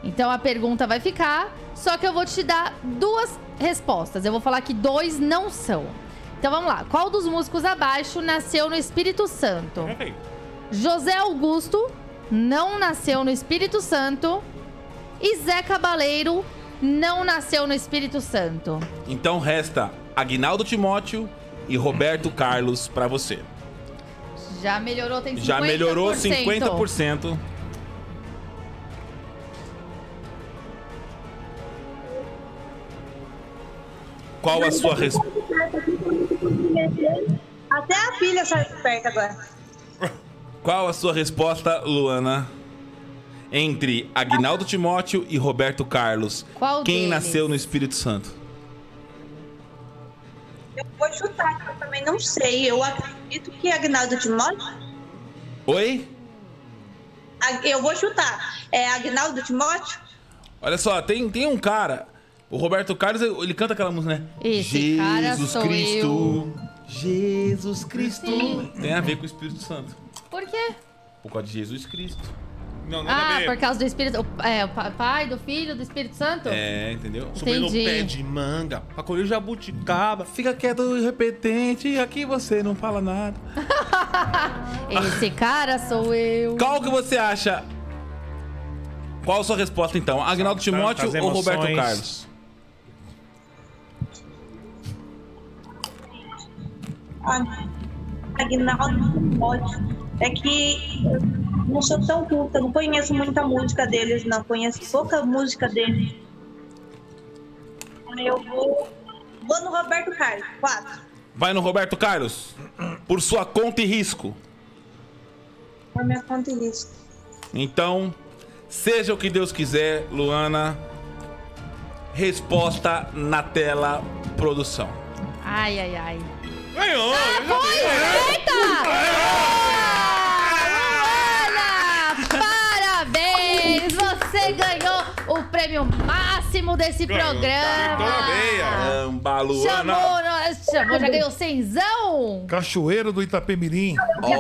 [SPEAKER 3] Então a pergunta vai ficar, só que eu vou te dar duas respostas. Eu vou falar que dois não são. Então vamos lá. Qual dos músicos abaixo nasceu no Espírito Santo?
[SPEAKER 5] Enfim.
[SPEAKER 3] José Augusto não nasceu no Espírito Santo e Zé Cabaleiro não nasceu no Espírito Santo.
[SPEAKER 2] Então resta Agnaldo Timóteo e Roberto Carlos pra você.
[SPEAKER 3] Já melhorou, tem 50%.
[SPEAKER 2] Já melhorou 50%. Qual a sua resposta?
[SPEAKER 6] Até a filha sai perto agora.
[SPEAKER 2] Qual a sua resposta, Luana? Entre Agnaldo Timóteo e Roberto Carlos.
[SPEAKER 3] Qual
[SPEAKER 2] Quem
[SPEAKER 3] deles?
[SPEAKER 2] nasceu no Espírito Santo?
[SPEAKER 6] Eu vou chutar, que eu também não sei. Eu acredito que Agnaldo Timóteo.
[SPEAKER 2] Oi?
[SPEAKER 6] Ag- Eu vou chutar. É Agnaldo Timóteo?
[SPEAKER 2] Olha só, tem, tem um cara. O Roberto Carlos, ele canta aquela música, né?
[SPEAKER 3] Esse cara sou
[SPEAKER 2] Cristo. Jesus Cristo. Tem a ver com o Espírito Santo.
[SPEAKER 3] Por quê?
[SPEAKER 2] Por causa de Jesus Cristo.
[SPEAKER 5] Não, é nada
[SPEAKER 3] Ah,
[SPEAKER 5] a ver.
[SPEAKER 3] por causa do Espírito... o- É, o pa- pai, do filho, do Espírito Santo?
[SPEAKER 2] É, entendeu?
[SPEAKER 5] Subindo
[SPEAKER 3] entendi.
[SPEAKER 5] pé de manga, pra colher jabuticaba.
[SPEAKER 2] Fica quieto e repetente, aqui você não fala nada. [laughs]
[SPEAKER 3] Esse cara sou eu.
[SPEAKER 2] Qual que você acha? Qual a sua resposta então? Agnaldo Timóteo
[SPEAKER 5] Tantas
[SPEAKER 2] ou Roberto
[SPEAKER 5] emoções.
[SPEAKER 2] Carlos?
[SPEAKER 6] Ag- Agnaldo Timóteo. É que eu não sou tão culta, não conheço muita música deles, não. Conheço pouca música deles. Eu vou. Vou no Roberto Carlos. Quatro.
[SPEAKER 2] Vai no Roberto Carlos? Por sua conta e risco.
[SPEAKER 6] Por minha conta e risco.
[SPEAKER 2] Então, seja o que Deus quiser, Luana. Resposta na tela, produção.
[SPEAKER 3] Ai, ai, ai. Ah,
[SPEAKER 5] Ganhou!
[SPEAKER 2] É,
[SPEAKER 3] Eita! Luana,
[SPEAKER 2] É.
[SPEAKER 3] Parabéns! Você ganhou o prêmio máximo desse
[SPEAKER 5] Ganhou.
[SPEAKER 3] programa!
[SPEAKER 2] Caramba,
[SPEAKER 3] Chamou,
[SPEAKER 2] Luana!
[SPEAKER 3] nós- chamou, já ganhou cenzão!
[SPEAKER 4] Cachoeiro do Itapemirim.
[SPEAKER 2] Olha,
[SPEAKER 3] É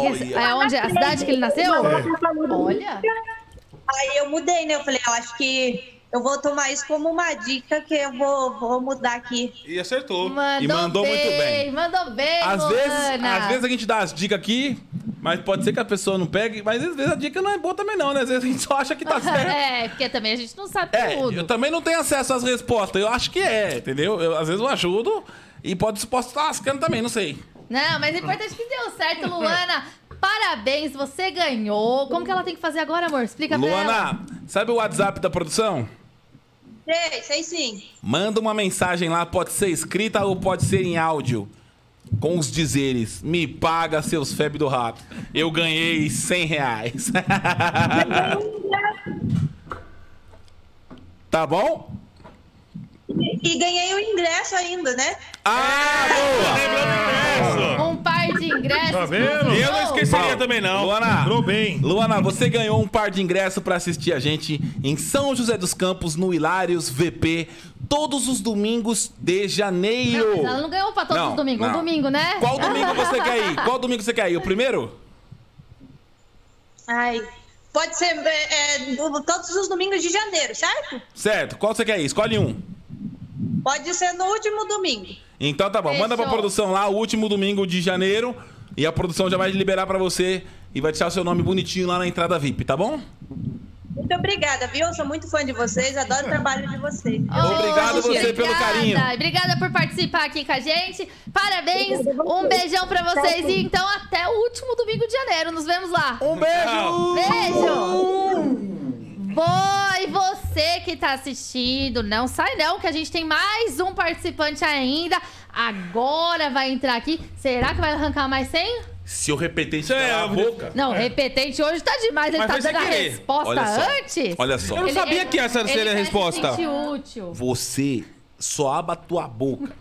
[SPEAKER 3] onde? é? A
[SPEAKER 2] É.
[SPEAKER 3] cidade que ele nasceu? Olha!
[SPEAKER 6] Aí eu mudei, né? Eu falei, eu acho que Eu vou tomar isso como uma dica que eu vou, vou mudar aqui.
[SPEAKER 8] E acertou.
[SPEAKER 3] Mandou,
[SPEAKER 2] E mandou
[SPEAKER 3] bem,
[SPEAKER 2] muito bem.
[SPEAKER 3] Mandou bem,
[SPEAKER 2] Às vezes,
[SPEAKER 3] Luana.
[SPEAKER 2] às vezes a gente dá as dicas aqui, mas pode ser que a pessoa não pegue. Mas às vezes a dica não é boa também, não, né? Às vezes a gente só acha que tá certo.
[SPEAKER 3] [laughs] É, porque também a gente não sabe
[SPEAKER 2] É,
[SPEAKER 3] tudo.
[SPEAKER 2] eu também não tenho acesso às respostas. Eu acho que é, entendeu? Eu, às vezes eu ajudo e pode posso estar lascando também, não sei.
[SPEAKER 3] Não, mas o importante é que deu
[SPEAKER 2] [laughs]
[SPEAKER 3] certo, Luana. Parabéns, você ganhou. Como que ela tem que fazer agora, amor? Explica pra ela.
[SPEAKER 2] Luana, sabe o WhatsApp da produção?
[SPEAKER 6] Sei, sei sim.
[SPEAKER 2] Manda uma mensagem lá, pode ser escrita ou pode ser em áudio. Com os dizeres, me paga seus febre do rato. Eu ganhei 100 reais. [laughs] tá bom?
[SPEAKER 6] E ganhei o ingresso ainda, né?
[SPEAKER 2] Ah, boa!
[SPEAKER 3] Um par de ingressos.
[SPEAKER 4] Tá vendo?
[SPEAKER 3] pro
[SPEAKER 4] Eu
[SPEAKER 8] Eu não
[SPEAKER 3] show.
[SPEAKER 8] esqueceria também, não.
[SPEAKER 4] Entrou
[SPEAKER 2] Luana,
[SPEAKER 4] bem.
[SPEAKER 2] Luana, você ganhou um par de ingresso para assistir a gente em São José dos Campos, no Hilários VP, todos os domingos de
[SPEAKER 3] Não,
[SPEAKER 2] janeiro.
[SPEAKER 3] mas ela não ganhou pra todos
[SPEAKER 2] Não,
[SPEAKER 3] os domingos. Um
[SPEAKER 2] não.
[SPEAKER 3] domingo, né?
[SPEAKER 2] Qual domingo você quer ir?
[SPEAKER 3] [laughs]
[SPEAKER 2] Qual domingo você quer ir? O primeiro?
[SPEAKER 6] Ai. Pode ser é, é, do- todos os domingos de janeiro, certo?
[SPEAKER 2] Certo, qual você quer ir? Escolhe um.
[SPEAKER 6] Pode ser no último domingo.
[SPEAKER 2] Então tá bom, manda pra
[SPEAKER 3] Fechou.
[SPEAKER 2] produção lá o último domingo de janeiro e a produção já vai liberar pra você e vai deixar o seu nome bonitinho lá na entrada VIP, tá bom?
[SPEAKER 6] Muito obrigada, viu? Eu sou muito fã de vocês, adoro o trabalho de vocês.
[SPEAKER 3] Oh,
[SPEAKER 2] Obrigado você
[SPEAKER 3] obrigada.
[SPEAKER 2] pelo carinho.
[SPEAKER 3] Obrigada por participar aqui com a gente. Parabéns, um beijão pra vocês. E então, até o último domingo de janeiro. Nos vemos lá.
[SPEAKER 2] Um beijo!
[SPEAKER 8] Tchau.
[SPEAKER 3] Beijo! Boa, e você que tá assistindo, não sai não, que a gente tem mais um participante ainda. Agora vai entrar aqui. Será que vai arrancar mais 100?
[SPEAKER 2] Se eu repetir isso
[SPEAKER 8] Isso é
[SPEAKER 2] é a
[SPEAKER 8] abriu-
[SPEAKER 2] boca.
[SPEAKER 3] Não, repetente hoje tá demais. Ele
[SPEAKER 8] Mas
[SPEAKER 3] tá
[SPEAKER 8] foi sem
[SPEAKER 3] dando a
[SPEAKER 8] querer.
[SPEAKER 3] resposta
[SPEAKER 2] Olha só,
[SPEAKER 3] antes.
[SPEAKER 2] Olha só.
[SPEAKER 8] Eu não sabia que essa
[SPEAKER 3] ele
[SPEAKER 8] seria a
[SPEAKER 3] quer se
[SPEAKER 8] resposta.
[SPEAKER 3] sentir útil.
[SPEAKER 2] Você só aba a tua boca.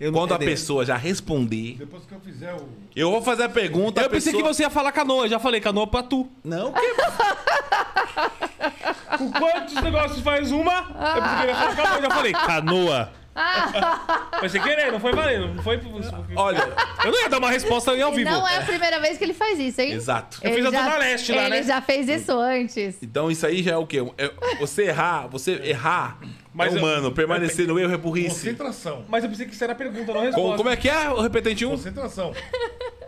[SPEAKER 8] Eu não-
[SPEAKER 2] Quando
[SPEAKER 8] é
[SPEAKER 2] a
[SPEAKER 8] dele.
[SPEAKER 2] pessoa já responder,
[SPEAKER 4] Depois que eu fizer o.
[SPEAKER 2] eu vou fazer a pergunta. a
[SPEAKER 5] Eu pensei que
[SPEAKER 2] pessoa-
[SPEAKER 5] você ia falar canoa, já falei canoa pra tu.
[SPEAKER 2] Não, que
[SPEAKER 3] [laughs]
[SPEAKER 5] Com quantos negócios faz uma? É Eu pensei que ele ia falar canoa, já falei canoa.
[SPEAKER 3] Ah.
[SPEAKER 5] Foi sem querer, não foi valendo. Não foi... Eu
[SPEAKER 2] Olha,
[SPEAKER 5] [laughs] não ia dar uma resposta aí ao
[SPEAKER 3] E
[SPEAKER 5] vivo.
[SPEAKER 3] não é a primeira vez que ele faz isso, hein?
[SPEAKER 2] exato.
[SPEAKER 5] Eu fiz a Zona Leste lá,
[SPEAKER 3] ele
[SPEAKER 5] né?
[SPEAKER 3] já fez isso antes.
[SPEAKER 2] Então isso aí já é o quê? É- você errar, você errar
[SPEAKER 5] Mas
[SPEAKER 2] é
[SPEAKER 5] eu-
[SPEAKER 2] humano, permanecer no erro é burrice.
[SPEAKER 4] Concentração.
[SPEAKER 5] Mas eu pensei que isso era pergunta, não
[SPEAKER 2] Com-
[SPEAKER 5] resposta.
[SPEAKER 2] como é que é o repetente 1?
[SPEAKER 4] Concentração.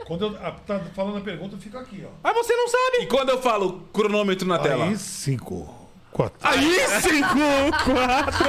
[SPEAKER 4] Quando eu a- tá falando a pergunta, eu fico aqui, ó.
[SPEAKER 5] Mas você não sabe.
[SPEAKER 2] E quando eu falo cronômetro na tela?
[SPEAKER 4] Aí, cinco, quatro.
[SPEAKER 5] Aí, cinco, quatro.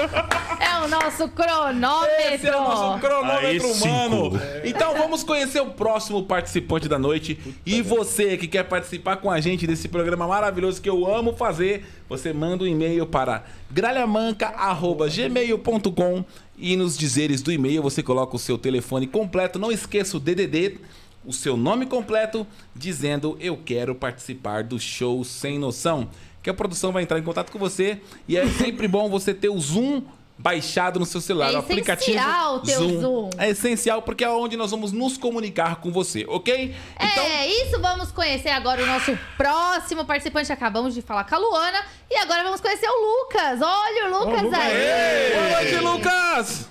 [SPEAKER 3] É o nosso cronômetro.
[SPEAKER 2] Esse é o nosso cronômetro
[SPEAKER 5] Aí,
[SPEAKER 2] humano. Então vamos conhecer o próximo participante da noite. E você que quer participar com a gente desse programa maravilhoso que eu amo fazer, você manda um e-mail para gralhamanca.gmail.com e nos dizeres do e-mail você coloca o seu telefone completo. Não esqueça o DDD, o seu nome completo, dizendo eu quero participar do show Sem Noção. Que a produção vai entrar em contato com você e é sempre bom você ter o Zoom baixado no seu celular,
[SPEAKER 3] É
[SPEAKER 2] o aplicativo
[SPEAKER 3] essencial ter o Zoom.
[SPEAKER 2] É essencial porque é onde nós vamos nos comunicar com você, ok? Então,
[SPEAKER 3] É isso, vamos conhecer agora o nosso próximo participante. Acabamos de falar com a Luana e agora vamos conhecer o Lucas. Olha o Lucas
[SPEAKER 4] Lucas,
[SPEAKER 3] aí.
[SPEAKER 2] Boa noite, Lucas!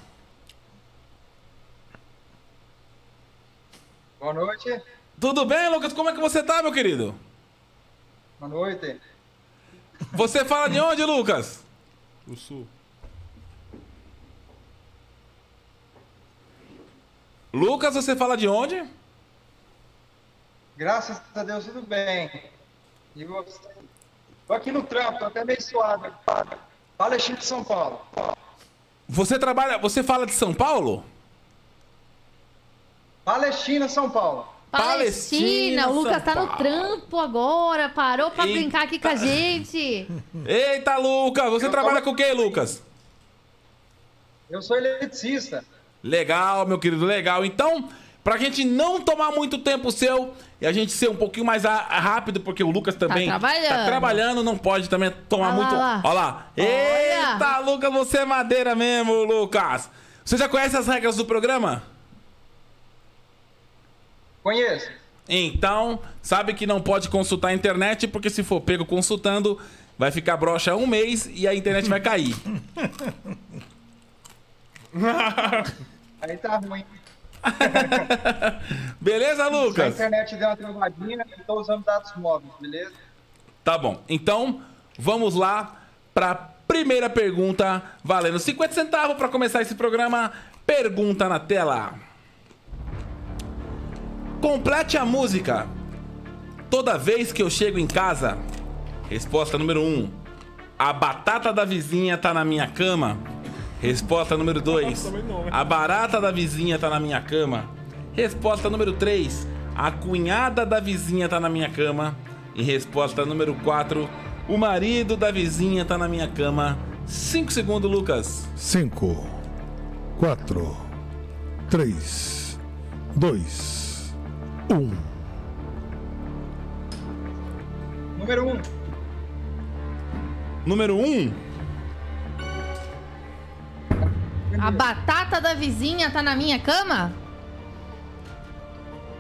[SPEAKER 9] Boa noite.
[SPEAKER 2] Tudo bem, Lucas? Como é que você tá, meu querido?
[SPEAKER 9] Boa noite.
[SPEAKER 2] Você fala de onde, Lucas?
[SPEAKER 8] O sul.
[SPEAKER 2] Lucas, você fala de onde?
[SPEAKER 9] Graças a Deus, tudo bem. E você? Tô aqui no trampo, tô até meio suado. Palestina de São Paulo.
[SPEAKER 2] Você trabalha. Você fala de São Paulo?
[SPEAKER 9] Palestina, São Paulo.
[SPEAKER 2] Palestina,
[SPEAKER 3] Palestina, o Lucas tá
[SPEAKER 2] São
[SPEAKER 3] no
[SPEAKER 2] Paulo.
[SPEAKER 3] trampo agora, parou pra
[SPEAKER 2] Eita.
[SPEAKER 3] brincar aqui com a gente.
[SPEAKER 2] Eita, Lucas! Você trabalha com o quê, Lucas?
[SPEAKER 9] Eu sou eletricista.
[SPEAKER 2] Legal, meu querido, legal. Então, pra gente não tomar muito tempo seu e a gente ser um pouquinho mais a- rápido, porque o Lucas também
[SPEAKER 3] trabalhando.
[SPEAKER 2] tá trabalhando, não pode também tomar
[SPEAKER 3] Ah lá,
[SPEAKER 2] muito.
[SPEAKER 3] lá.
[SPEAKER 2] Olha lá.
[SPEAKER 3] Olha.
[SPEAKER 2] Eita, Lucas, você é madeira mesmo, Lucas. Você já conhece as regras do programa?
[SPEAKER 9] Conheço.
[SPEAKER 2] Então, sabe que não pode consultar a internet, porque se for pego consultando, vai ficar broxa um mês e a internet vai [laughs] cair.
[SPEAKER 9] Aí tá ruim.
[SPEAKER 2] Beleza,
[SPEAKER 9] A
[SPEAKER 2] Lucas?
[SPEAKER 9] internet deu uma travadinha, eu tô usando dados móveis, beleza?
[SPEAKER 2] Tá bom. Então, vamos lá para Primeira pergunta, valendo 50 centavos para começar esse programa. Pergunta na tela. Complete a música. Toda vez que eu chego em casa. Resposta número 1. Um, a batata da vizinha tá na minha cama. Resposta número 2. A barata da vizinha tá na minha cama. Resposta número 3. A cunhada da vizinha tá na minha cama. E resposta número 4. O marido da vizinha tá na minha cama. 5 segundos, Lucas.
[SPEAKER 4] 5, 4, 3, 2, 1.
[SPEAKER 9] Número 1. Um.
[SPEAKER 2] Número 1. Um,
[SPEAKER 3] A batata da vizinha tá na minha cama?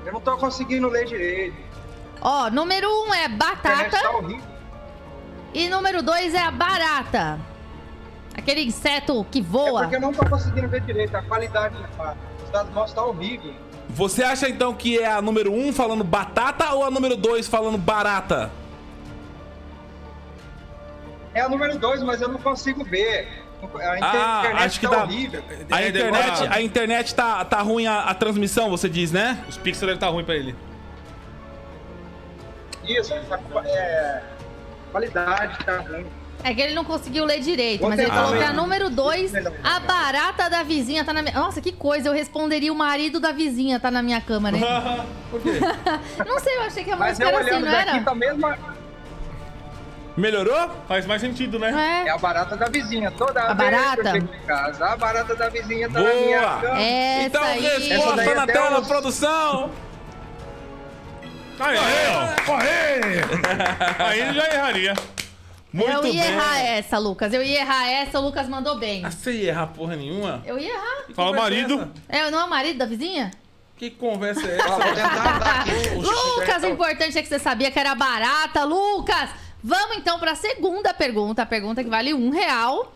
[SPEAKER 9] Eu não tô conseguindo ler direito.
[SPEAKER 3] Ó, número 1 um é
[SPEAKER 9] A internet tá
[SPEAKER 3] batata
[SPEAKER 9] horrível.
[SPEAKER 3] e número 2 é a barata. Aquele inseto que
[SPEAKER 9] É
[SPEAKER 3] voa.
[SPEAKER 9] porque eu não tô conseguindo ver direito. A qualidade dos dados nossos tá horrível.
[SPEAKER 2] Você acha então que é a número 1 um falando batata ou a número 2 falando barata?
[SPEAKER 9] É a número 2, mas eu não consigo ver. A inter- internet
[SPEAKER 2] Ah, acho que
[SPEAKER 9] tá
[SPEAKER 2] dá.
[SPEAKER 9] horrível.
[SPEAKER 2] A
[SPEAKER 8] É,
[SPEAKER 2] internet,
[SPEAKER 8] demorado.
[SPEAKER 2] a internet tá, tá ruim a, a transmissão, você diz, né?
[SPEAKER 8] Os pixels devem estar ruim pra ele.
[SPEAKER 9] Isso, a é, qualidade tá ruim.
[SPEAKER 3] É que ele não conseguiu ler direito, mas
[SPEAKER 9] Vou
[SPEAKER 3] ele
[SPEAKER 9] tentar
[SPEAKER 3] falou que
[SPEAKER 9] ler.
[SPEAKER 3] a número 2, a barata da vizinha tá na minha. Nossa, que coisa, eu responderia o marido da vizinha tá na minha cama,
[SPEAKER 9] [laughs]
[SPEAKER 3] né? não sei, eu achei que a
[SPEAKER 9] Mas
[SPEAKER 3] música
[SPEAKER 9] eu
[SPEAKER 3] era assim,
[SPEAKER 9] olhando
[SPEAKER 3] não
[SPEAKER 9] daqui,
[SPEAKER 3] era?
[SPEAKER 9] tá mesmo. a-
[SPEAKER 2] Melhorou?
[SPEAKER 8] Faz mais sentido, né?
[SPEAKER 9] É
[SPEAKER 3] É.
[SPEAKER 9] [laughs] a barata da vizinha. Toda
[SPEAKER 3] A
[SPEAKER 9] vez
[SPEAKER 3] barata? É.
[SPEAKER 9] que eu chego em casa. A barata da vizinha tá na minha
[SPEAKER 2] Boa!
[SPEAKER 9] cama.
[SPEAKER 3] Essa
[SPEAKER 2] então,
[SPEAKER 3] aí.
[SPEAKER 9] Essa daí
[SPEAKER 2] resposta
[SPEAKER 9] é
[SPEAKER 2] na
[SPEAKER 9] até
[SPEAKER 2] tela,
[SPEAKER 9] os-
[SPEAKER 2] produção!
[SPEAKER 8] Aí, ó. Aí ele já erraria.
[SPEAKER 9] é
[SPEAKER 2] Muito
[SPEAKER 3] eu
[SPEAKER 2] bem!
[SPEAKER 3] ia errar essa, Lucas. Eu ia errar essa, o Lucas mandou bem.
[SPEAKER 2] Ah, Você ia errar porra nenhuma?
[SPEAKER 3] Eu ia errar.
[SPEAKER 8] Fala,
[SPEAKER 2] Conversa
[SPEAKER 8] marido.
[SPEAKER 2] é essa?
[SPEAKER 3] É, não é o marido da vizinha?
[SPEAKER 2] Que conversa
[SPEAKER 5] [laughs]
[SPEAKER 2] é
[SPEAKER 9] Ó,
[SPEAKER 2] essa?
[SPEAKER 9] vou tentar dar aqui.
[SPEAKER 3] Lucas, o importante é que você sabia que era barata, Lucas! Vamos então para a segunda pergunta, a pergunta que vale um real.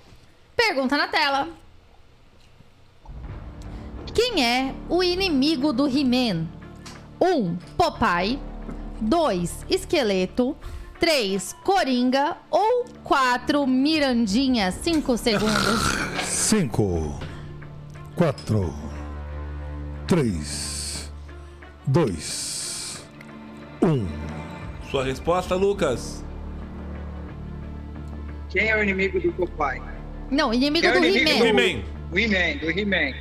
[SPEAKER 3] Pergunta na tela. Quem é o inimigo do He-Man? 1. Um, Popeye 2. Esqueleto 3. Coringa ou 4. Mirandinha 5
[SPEAKER 9] [laughs]
[SPEAKER 3] segundos.
[SPEAKER 4] 5, 4, 3, 2, 1.
[SPEAKER 2] Sua resposta, Lucas?
[SPEAKER 9] Quem é o inimigo do Popeye?
[SPEAKER 3] Não, inimigo
[SPEAKER 9] Quem é o
[SPEAKER 3] do
[SPEAKER 9] inimigo
[SPEAKER 3] He-Man.
[SPEAKER 9] do He-Man? Do He-Man, do He-Man.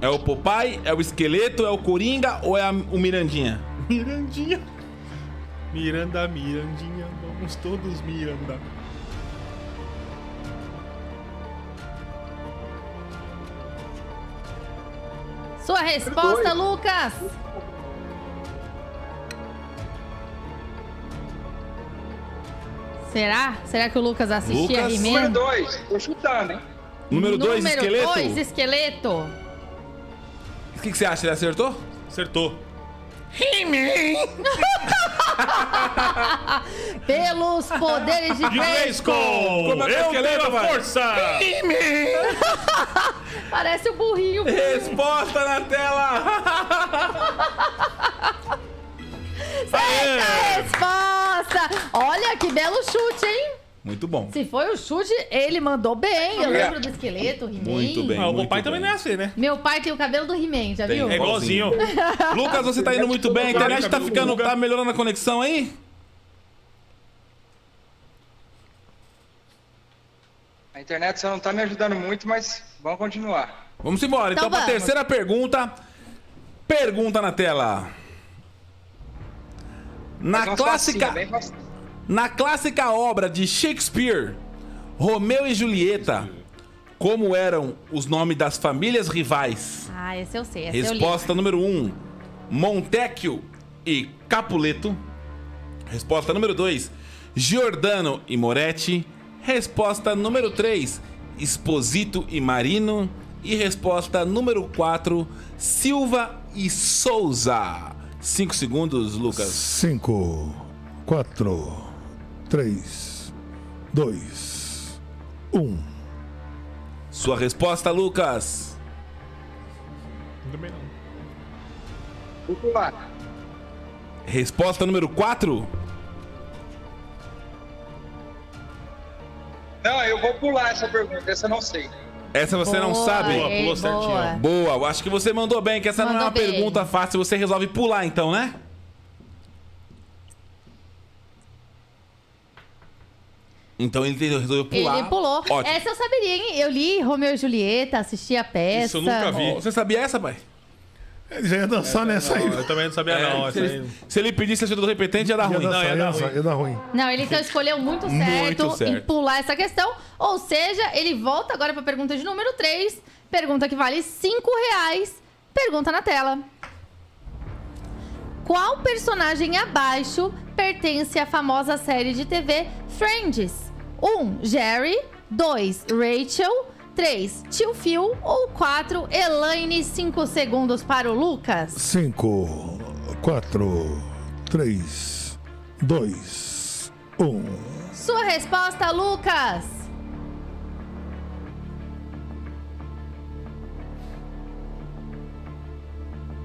[SPEAKER 2] É o Popeye? É o Esqueleto? É o Coringa? Ou é a- o Mirandinha?
[SPEAKER 8] Mirandinha. Miranda, Mirandinha. Vamos todos, Miranda.
[SPEAKER 3] Sua resposta,
[SPEAKER 9] Dois.
[SPEAKER 3] Lucas. Será? Será que o Lucas assistia
[SPEAKER 2] Lucas?
[SPEAKER 9] Número
[SPEAKER 3] He-Man?
[SPEAKER 9] 2, tô chutando, hein?
[SPEAKER 2] Número 2, Esqueleto?
[SPEAKER 3] dois, esqueleto.
[SPEAKER 2] O que, que você acha? Ele acertou?
[SPEAKER 8] Acertou.
[SPEAKER 3] Pelos
[SPEAKER 2] [laughs]
[SPEAKER 3] poderes de
[SPEAKER 8] De
[SPEAKER 3] Grayskull.
[SPEAKER 8] Grayskull!
[SPEAKER 2] Como é que é
[SPEAKER 8] Eu
[SPEAKER 2] esqueleto,
[SPEAKER 8] tenho a
[SPEAKER 2] vai?
[SPEAKER 8] força!
[SPEAKER 3] Parece o burrinho.
[SPEAKER 2] Resposta na tela!
[SPEAKER 3] Certa resposta. Olha que belo chute, hein?
[SPEAKER 2] Muito bom.
[SPEAKER 3] Se foi o chute, ele mandou bem. Eu
[SPEAKER 9] É.
[SPEAKER 3] lembro do esqueleto, He-Man.
[SPEAKER 2] Muito bem.
[SPEAKER 8] Ah, o papai
[SPEAKER 2] muito
[SPEAKER 8] também não
[SPEAKER 2] bem.
[SPEAKER 8] é assim, né?
[SPEAKER 3] Meu pai tem o cabelo do He-Man, já
[SPEAKER 2] Tem.
[SPEAKER 3] viu?
[SPEAKER 8] É igualzinho.
[SPEAKER 2] Lucas, você tá indo muito bem. A internet tá ficando. tá melhorando a conexão aí?
[SPEAKER 9] A internet só não tá me ajudando muito, mas vamos continuar.
[SPEAKER 2] Vamos embora. Então,
[SPEAKER 3] Então
[SPEAKER 2] pra
[SPEAKER 3] vamos.
[SPEAKER 2] terceira pergunta. Pergunta na tela.
[SPEAKER 9] Mas né?
[SPEAKER 2] Na
[SPEAKER 9] umas
[SPEAKER 2] clássica,
[SPEAKER 9] facinhas, bem facinhas.
[SPEAKER 2] na clássica obra de Shakespeare, Romeu e Julieta, como eram os nomes das famílias rivais?
[SPEAKER 3] Ah, esse eu sei, esse
[SPEAKER 2] Resposta número 1: um, Montecchio e Capuleto. Resposta número 2: Giordano e Moretti. Resposta número 3: Esposito e Marino. E resposta número 4: Silva e Souza. 5 segundos, Lucas.
[SPEAKER 4] 5, 4, 3, 2, 1.
[SPEAKER 2] Sua resposta, Lucas.
[SPEAKER 8] Também não.
[SPEAKER 9] Vou pular.
[SPEAKER 2] Resposta número 4?
[SPEAKER 9] Não, eu vou pular essa pergunta, essa eu não sei.
[SPEAKER 2] Essa você não
[SPEAKER 3] Boa,
[SPEAKER 2] sabe?
[SPEAKER 3] Boa, pulou ei, certinho. boa.
[SPEAKER 2] Boa, eu acho que você mandou bem, que essa não é
[SPEAKER 3] Mandou
[SPEAKER 2] uma
[SPEAKER 3] bem.
[SPEAKER 2] pergunta fácil, você resolve pular então, né? Então ele resolveu pular.
[SPEAKER 3] Ele pulou.
[SPEAKER 2] Ótimo.
[SPEAKER 3] Essa eu saberia, hein? Eu li Romeu e Julieta, assisti a peça.
[SPEAKER 5] Isso eu nunca vi.
[SPEAKER 2] Ó, Você sabia essa, pai? É,
[SPEAKER 4] Ele já ia dançar nessa aí.
[SPEAKER 5] Não, eu também não sabia, É, não.
[SPEAKER 2] se,
[SPEAKER 5] Essa
[SPEAKER 2] ele,
[SPEAKER 5] aí.
[SPEAKER 2] se ele pedisse ajuda do repetente, ia dar
[SPEAKER 4] Ia
[SPEAKER 2] ruim.
[SPEAKER 4] dançar,
[SPEAKER 5] Não, ia
[SPEAKER 4] ia
[SPEAKER 5] dar
[SPEAKER 4] dançar,
[SPEAKER 5] ruim.
[SPEAKER 4] ia dar é ruim.
[SPEAKER 3] Não, ele então escolheu muito certo,
[SPEAKER 2] Muito certo.
[SPEAKER 3] em pular essa questão. Ou seja, ele volta agora para a pergunta de número 3. Pergunta que vale 5 reais. Pergunta na tela. Qual personagem abaixo pertence à famosa série de TV Friends? 1. Um, Jerry. 2. Rachel. 3. Tio Phil. Ou 4. Elaine. 5 segundos para o Lucas.
[SPEAKER 4] 5, 4, 3, 2,
[SPEAKER 3] [laughs]
[SPEAKER 4] 1.
[SPEAKER 3] Sua resposta, Lucas.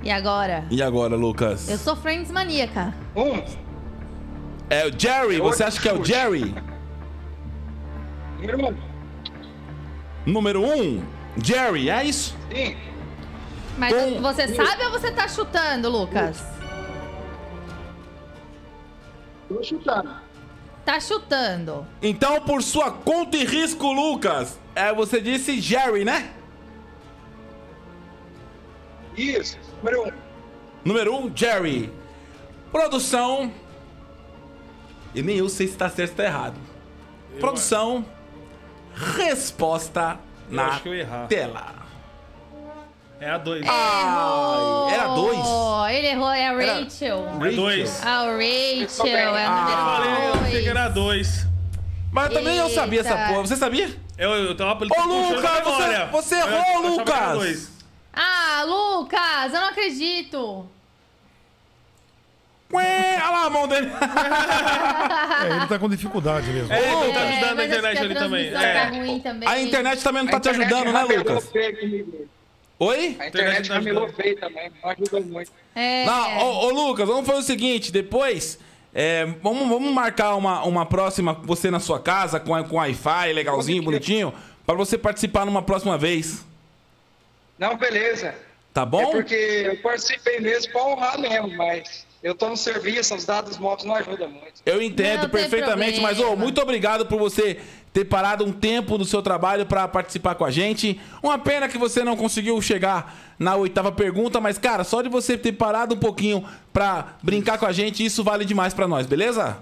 [SPEAKER 3] E agora?
[SPEAKER 2] E agora, Lucas?
[SPEAKER 3] Eu sou Friends maníaca.
[SPEAKER 9] Um,
[SPEAKER 2] É o Jerry, você acha que é o
[SPEAKER 9] chute.
[SPEAKER 2] Jerry?
[SPEAKER 9] número um,
[SPEAKER 2] Número 1, um, Jerry, é isso?
[SPEAKER 9] sim.
[SPEAKER 3] Mas
[SPEAKER 2] Bom,
[SPEAKER 3] você sabe ou você tá chutando, Lucas?
[SPEAKER 9] Tô chutando.
[SPEAKER 3] Tá chutando.
[SPEAKER 2] Então, por sua conta e risco, Lucas, é, você disse Jerry, né?
[SPEAKER 9] Isso, número um.
[SPEAKER 2] Número 1, um, Jerry. Produção. E nem eu sei se tá certo ou tá errado. Produção. Resposta na
[SPEAKER 5] acho que eu ia errar.
[SPEAKER 2] tela.
[SPEAKER 5] É a 2.
[SPEAKER 2] Ah, Ai, era dois.
[SPEAKER 3] Oh, ele errou, é a
[SPEAKER 2] Era-
[SPEAKER 3] Rachel.
[SPEAKER 5] É 2.
[SPEAKER 3] Ah, o Rachel, é
[SPEAKER 5] Falei,
[SPEAKER 3] a
[SPEAKER 5] "Ah, eu achei que
[SPEAKER 3] número
[SPEAKER 5] era 2.
[SPEAKER 2] Mas também eu sabia
[SPEAKER 3] Eita.
[SPEAKER 2] essa porra. Você sabia?
[SPEAKER 5] Eu, eu tava ele
[SPEAKER 2] Ô,
[SPEAKER 5] tá puxando
[SPEAKER 2] Lucas,
[SPEAKER 5] a memória.
[SPEAKER 2] você- você
[SPEAKER 5] Eu
[SPEAKER 2] errou,
[SPEAKER 5] achava que
[SPEAKER 2] Lucas.
[SPEAKER 5] era dois.
[SPEAKER 3] 2. Ah, Lucas, eu não acredito.
[SPEAKER 2] Ué, olha lá a mão dele.
[SPEAKER 4] É, ele tá com dificuldade mesmo.
[SPEAKER 5] É, então tá
[SPEAKER 3] É, mas acho
[SPEAKER 5] ajudando na internet
[SPEAKER 3] que a
[SPEAKER 5] ali também.
[SPEAKER 3] transmissão
[SPEAKER 5] É.
[SPEAKER 3] Tá ruim também.
[SPEAKER 2] A internet também não tá te ajudando, né, Lucas? Oi?
[SPEAKER 9] A internet
[SPEAKER 5] não
[SPEAKER 9] camelou
[SPEAKER 5] ajuda.
[SPEAKER 9] feio também, não ajudou muito.
[SPEAKER 3] É.
[SPEAKER 2] Não, ô, ô, Lucas, vamos fazer o seguinte, depois. é, vamos, vamos marcar uma, uma próxima, você na sua casa, com, com Wi-Fi, legalzinho, bonitinho, pra você participar numa próxima vez.
[SPEAKER 9] Não, beleza.
[SPEAKER 2] Tá bom?
[SPEAKER 9] É porque eu participei mesmo pra honrar mesmo, mas eu tô no serviço, os dados móveis não ajudam muito.
[SPEAKER 2] Eu entendo
[SPEAKER 3] Não tem
[SPEAKER 2] perfeitamente, mas ô,
[SPEAKER 3] problema.
[SPEAKER 2] muito obrigado por você ter parado um tempo do seu trabalho pra participar com a gente. Uma pena que você não conseguiu chegar na oitava pergunta, mas cara, só de você ter parado um pouquinho pra brincar com a gente, isso vale demais pra nós, beleza?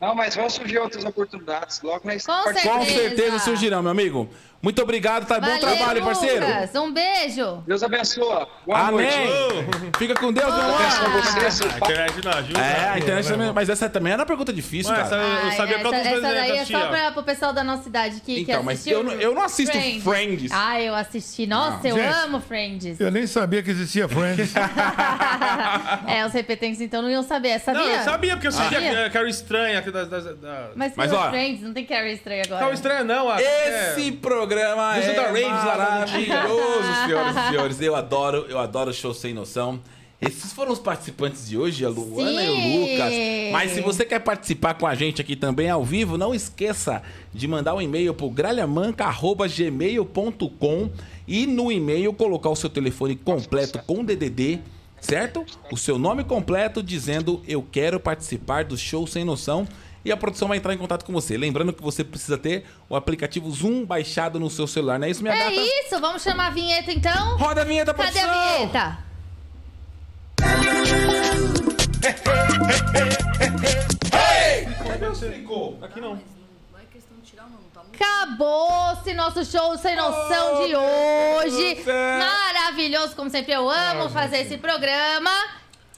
[SPEAKER 9] Não, mas vão surgir outras oportunidades logo na
[SPEAKER 2] Com
[SPEAKER 3] Beleza.
[SPEAKER 2] certeza surgirão, meu amigo. Muito obrigado, tá? Bom
[SPEAKER 3] Valeu,
[SPEAKER 2] trabalho, parceiro.
[SPEAKER 3] Lucas, um beijo.
[SPEAKER 9] Deus abençoa. Boa
[SPEAKER 2] Amém.
[SPEAKER 9] noite.
[SPEAKER 2] Fica com Deus, meu
[SPEAKER 9] Abençoa
[SPEAKER 2] amor.
[SPEAKER 9] você, seus
[SPEAKER 5] Ah, A internet não ajuda.
[SPEAKER 2] É, a internet também. Mas essa também era uma pergunta difícil,
[SPEAKER 5] Ué,
[SPEAKER 2] cara.
[SPEAKER 5] essa- Eu
[SPEAKER 3] Ai,
[SPEAKER 5] sabia
[SPEAKER 3] essa,
[SPEAKER 5] qual dos
[SPEAKER 3] essa
[SPEAKER 5] dois
[SPEAKER 3] daí
[SPEAKER 5] eu
[SPEAKER 3] é só
[SPEAKER 5] assistia.
[SPEAKER 3] pra, pro pessoal da nossa idade que, que
[SPEAKER 2] Então, mas
[SPEAKER 3] assistiu.
[SPEAKER 2] eu não- eu não assisto Friends.
[SPEAKER 3] Ah, eu assisti. Nossa, eu
[SPEAKER 4] Gente.
[SPEAKER 3] amo Friends. [laughs]
[SPEAKER 4] Eu nem sabia que existia Friends.
[SPEAKER 3] É, os repetentes então não iam saber. Sabia?
[SPEAKER 5] Não, eu sabia, porque eu assistia
[SPEAKER 3] Sabia?
[SPEAKER 5] a Carrie Estranha. que das- das- da-
[SPEAKER 3] Mas,
[SPEAKER 2] Mas,
[SPEAKER 3] não,
[SPEAKER 2] ó,
[SPEAKER 3] Friends, não tem Carrie estranha agora.
[SPEAKER 5] Carrie Tá Estranha não, É. a...
[SPEAKER 2] Esse programa
[SPEAKER 5] Usa
[SPEAKER 2] é
[SPEAKER 5] da Raves lá na
[SPEAKER 3] [laughs]
[SPEAKER 2] maravilhoso, senhoras e senhores. Eu adoro, eu adoro show sem noção. Esses foram os participantes de hoje, a Luana e
[SPEAKER 3] Sim.
[SPEAKER 2] o Lucas. Mas se você quer participar com a gente aqui também ao vivo, não esqueça de mandar um e-mail pro gralhamanca.gmail.com e no e-mail colocar o seu telefone completo com DDD, certo? O seu nome completo dizendo eu quero participar do show sem noção e a produção vai entrar em contato com você. Lembrando que você precisa ter o aplicativo Zoom baixado no seu celular, não é isso, minha
[SPEAKER 3] É
[SPEAKER 2] gata?
[SPEAKER 3] isso, vamos chamar a vinheta então?
[SPEAKER 2] Roda a vinheta,
[SPEAKER 3] Cadê
[SPEAKER 2] produção!
[SPEAKER 3] a vinheta?
[SPEAKER 5] Aqui não.
[SPEAKER 7] Não é questão de tirar, não. Tá muito
[SPEAKER 3] Acabou-se nosso show sem noção de hoje. Maravilhoso, como sempre. Eu amo fazer esse programa.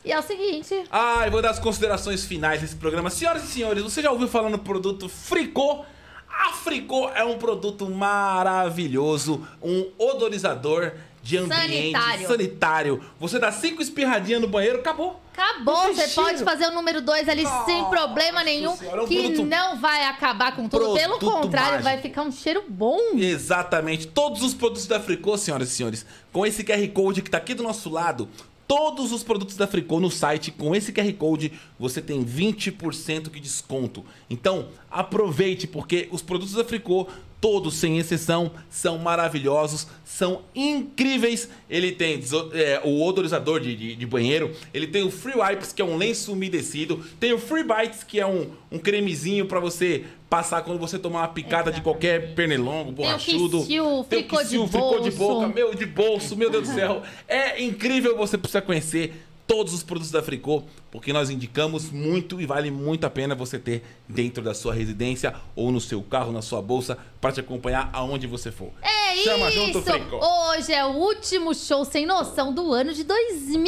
[SPEAKER 3] E é o seguinte.
[SPEAKER 2] Ah, eu vou dar as considerações finais desse programa. Senhoras e senhores, você já ouviu falando do produto Fricô? A Fricô é um produto maravilhoso, um odorizador de ambiente
[SPEAKER 3] Sanitário.
[SPEAKER 2] sanitário. Você dá cinco espirradinhas no banheiro, acabou.
[SPEAKER 3] Acabou,
[SPEAKER 2] Não
[SPEAKER 3] você
[SPEAKER 2] tem
[SPEAKER 3] pode
[SPEAKER 2] cheiro.
[SPEAKER 3] fazer o número 2 ali sem problema nenhum,
[SPEAKER 2] Senhora, é um
[SPEAKER 3] que
[SPEAKER 2] produto-
[SPEAKER 3] não vai acabar com tudo. Pelo
[SPEAKER 2] Produto
[SPEAKER 3] contrário,
[SPEAKER 2] mágico.
[SPEAKER 3] vai ficar um cheiro bom.
[SPEAKER 2] Exatamente. Todos os produtos da Fricô, senhoras e senhores, com esse QR Code que tá aqui do nosso lado, todos os produtos da Fricô no site. Com esse QR Code você tem 20% de desconto. Então aproveite, porque os produtos da Fricô, todos sem exceção, são maravilhosos, são incríveis. Ele tem deso- é, o odorizador de, de- de banheiro, ele tem o Free Wipes, que é um lenço umedecido, tem o Free Bites, que é um, um cremezinho para você passar quando você tomar uma picada de qualquer pernilongo,
[SPEAKER 3] Tem o
[SPEAKER 2] borrachudo.
[SPEAKER 3] Kissil,
[SPEAKER 2] Tem o
[SPEAKER 3] fricô de
[SPEAKER 2] Kissil, fricô de
[SPEAKER 3] bolso.
[SPEAKER 2] boca, meu, de bolso, meu Deus do céu. É incrível, você precisa conhecer todos os produtos da Fricô, porque nós indicamos muito e vale muito a pena você ter dentro da sua residência ou no seu carro, na sua bolsa, para te acompanhar aonde você for.
[SPEAKER 3] É
[SPEAKER 2] Chama
[SPEAKER 3] isso!
[SPEAKER 2] junto, Fricô.
[SPEAKER 3] Hoje é o último show sem noção do ano de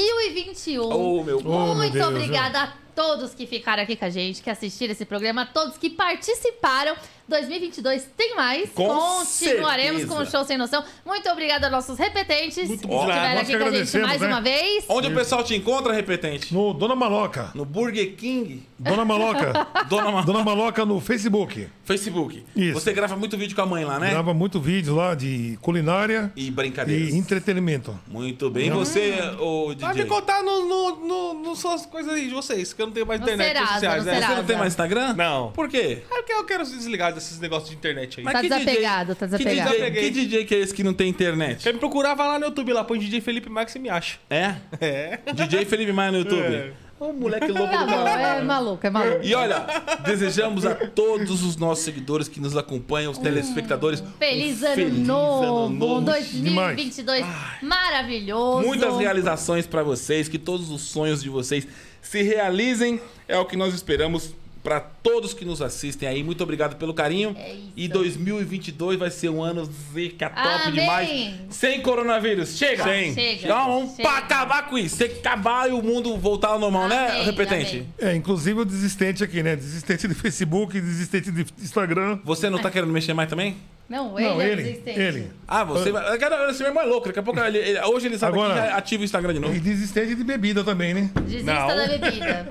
[SPEAKER 3] 2021.
[SPEAKER 2] Oh, meu-
[SPEAKER 4] Oh, meu
[SPEAKER 3] Muito
[SPEAKER 4] Deus,
[SPEAKER 3] obrigada a todos que ficaram aqui com a gente, que assistiram esse programa, a todos que participaram. 2022 tem mais.
[SPEAKER 2] Com
[SPEAKER 3] Continuaremos com o
[SPEAKER 2] certeza.
[SPEAKER 3] show sem noção. Muito obrigada aos nossos repetentes que
[SPEAKER 5] bom.
[SPEAKER 3] estiveram aqui
[SPEAKER 4] Nós que
[SPEAKER 3] com a gente
[SPEAKER 4] agradecemos,
[SPEAKER 3] mais
[SPEAKER 4] né?
[SPEAKER 3] uma vez.
[SPEAKER 2] Onde o pessoal te encontra, repetente?
[SPEAKER 4] No Dona Maloca.
[SPEAKER 2] No Burger King,
[SPEAKER 4] Dona Maloca.
[SPEAKER 2] Dona
[SPEAKER 3] [laughs]
[SPEAKER 2] Ma...
[SPEAKER 4] Dona Maloca no Facebook.
[SPEAKER 2] Facebook.
[SPEAKER 4] Isso.
[SPEAKER 2] Você grava muito vídeo com a mãe lá, né?
[SPEAKER 4] Grava muito vídeo lá de culinária
[SPEAKER 2] E
[SPEAKER 4] e
[SPEAKER 2] brincadeiras.
[SPEAKER 4] entretenimento.
[SPEAKER 2] Muito bem. E você, ô DJ?
[SPEAKER 5] Pode me contar no, no, no, no suas coisas aí de vocês, que eu não tenho mais
[SPEAKER 3] No
[SPEAKER 5] internet redes
[SPEAKER 3] Serasa,
[SPEAKER 5] sociais,
[SPEAKER 3] no
[SPEAKER 5] né?
[SPEAKER 2] Você não tem mais Instagram?
[SPEAKER 5] Não.
[SPEAKER 2] Por quê?
[SPEAKER 5] É porque eu quero se desligar desses negócios de internet aí.
[SPEAKER 2] Mas
[SPEAKER 3] Tá
[SPEAKER 2] que
[SPEAKER 3] desapegado, tá desapegado.
[SPEAKER 2] Que DJ, que DJ que é esse que não tem internet?
[SPEAKER 5] Quer me procurar, vai lá no YouTube, lá põe DJ Felipe Max e me acha.
[SPEAKER 2] É?
[SPEAKER 5] É.
[SPEAKER 2] DJ Felipe Maia no YouTube.
[SPEAKER 5] É.
[SPEAKER 2] Ô, moleque louco
[SPEAKER 3] [laughs] Tá
[SPEAKER 2] do
[SPEAKER 3] bom,
[SPEAKER 2] caralho.
[SPEAKER 3] é maluco, é maluco.
[SPEAKER 2] E olha, desejamos a todos os nossos seguidores que nos acompanham, os telespectadores. um
[SPEAKER 3] Hum. Feliz ano novo,
[SPEAKER 2] novo.
[SPEAKER 3] 2022 maravilhoso.
[SPEAKER 2] Muitas realizações para vocês, que todos os sonhos de vocês se realizem. É o que nós esperamos para todos que nos assistem aí. Muito obrigado pelo carinho.
[SPEAKER 3] É isso.
[SPEAKER 2] E 2022 vai ser um ano zica top
[SPEAKER 3] Amém.
[SPEAKER 2] demais. Sem coronavírus. Chega.
[SPEAKER 3] Sem. Chega.
[SPEAKER 2] Então, vamos
[SPEAKER 3] Chega.
[SPEAKER 2] pra acabar com isso. Tem que acabar e o mundo voltar ao normal, né,
[SPEAKER 3] Amém,
[SPEAKER 2] repetente?
[SPEAKER 3] amém.
[SPEAKER 4] É, inclusive o desistente aqui, né? Desistente do Facebook, desistente do Instagram.
[SPEAKER 2] Você não tá querendo mexer mais também?
[SPEAKER 3] Não, ele
[SPEAKER 4] Não,
[SPEAKER 3] é
[SPEAKER 4] ele,
[SPEAKER 3] resistente.
[SPEAKER 4] ele.
[SPEAKER 2] Ah, você vai. Cara, esse meu irmão é louco. Daqui a pouco ele, ele- hoje ele sabe que
[SPEAKER 4] Agora-
[SPEAKER 2] já ativa o Instagram de novo.
[SPEAKER 4] E desistente de bebida também, né?
[SPEAKER 3] Desista
[SPEAKER 5] Não.
[SPEAKER 3] da
[SPEAKER 2] [laughs]
[SPEAKER 3] bebida.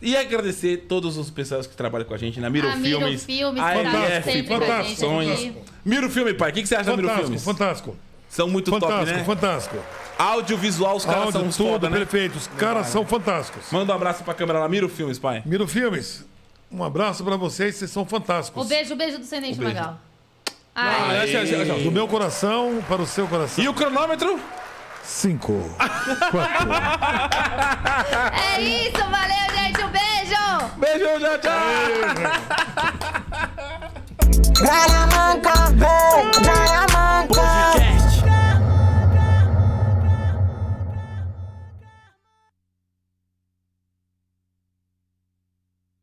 [SPEAKER 2] E agradecer todos os pessoas que trabalham com a gente na Miro
[SPEAKER 3] A Ah, Miro
[SPEAKER 2] Filmes.
[SPEAKER 3] Filmes
[SPEAKER 2] a
[SPEAKER 3] que tá
[SPEAKER 2] LF,
[SPEAKER 4] sempre com a
[SPEAKER 2] Produções.
[SPEAKER 3] gente aqui.
[SPEAKER 2] Miro Filme, pai. O que, que você acha da Miro
[SPEAKER 4] Fantástico,
[SPEAKER 2] Filmes?
[SPEAKER 4] fantástico.
[SPEAKER 2] São muito top,
[SPEAKER 4] Fantástico,
[SPEAKER 2] né?
[SPEAKER 4] fantástico.
[SPEAKER 2] Audiovisual, os caras
[SPEAKER 4] Áudio,
[SPEAKER 2] são
[SPEAKER 4] tudo,
[SPEAKER 2] uns foda, né?
[SPEAKER 4] perfeito. Os caras são fantásticos.
[SPEAKER 2] Manda um abraço pra câmera lá, Miro Filmes, pai.
[SPEAKER 4] Miro Filmes, um abraço pra vocês, vocês são
[SPEAKER 3] O
[SPEAKER 4] fantásticos.
[SPEAKER 3] beijo, o beijo do Senente
[SPEAKER 2] beijo.
[SPEAKER 3] Magal. Ai,
[SPEAKER 2] Olha, olha, olha,
[SPEAKER 4] Do
[SPEAKER 2] olha.
[SPEAKER 4] meu coração para o seu coração.
[SPEAKER 2] E o cronômetro?
[SPEAKER 4] Cinco.
[SPEAKER 3] é isso, valeu, gente. Um beijo!
[SPEAKER 2] Beijo, tchau, tchau!
[SPEAKER 1] Grana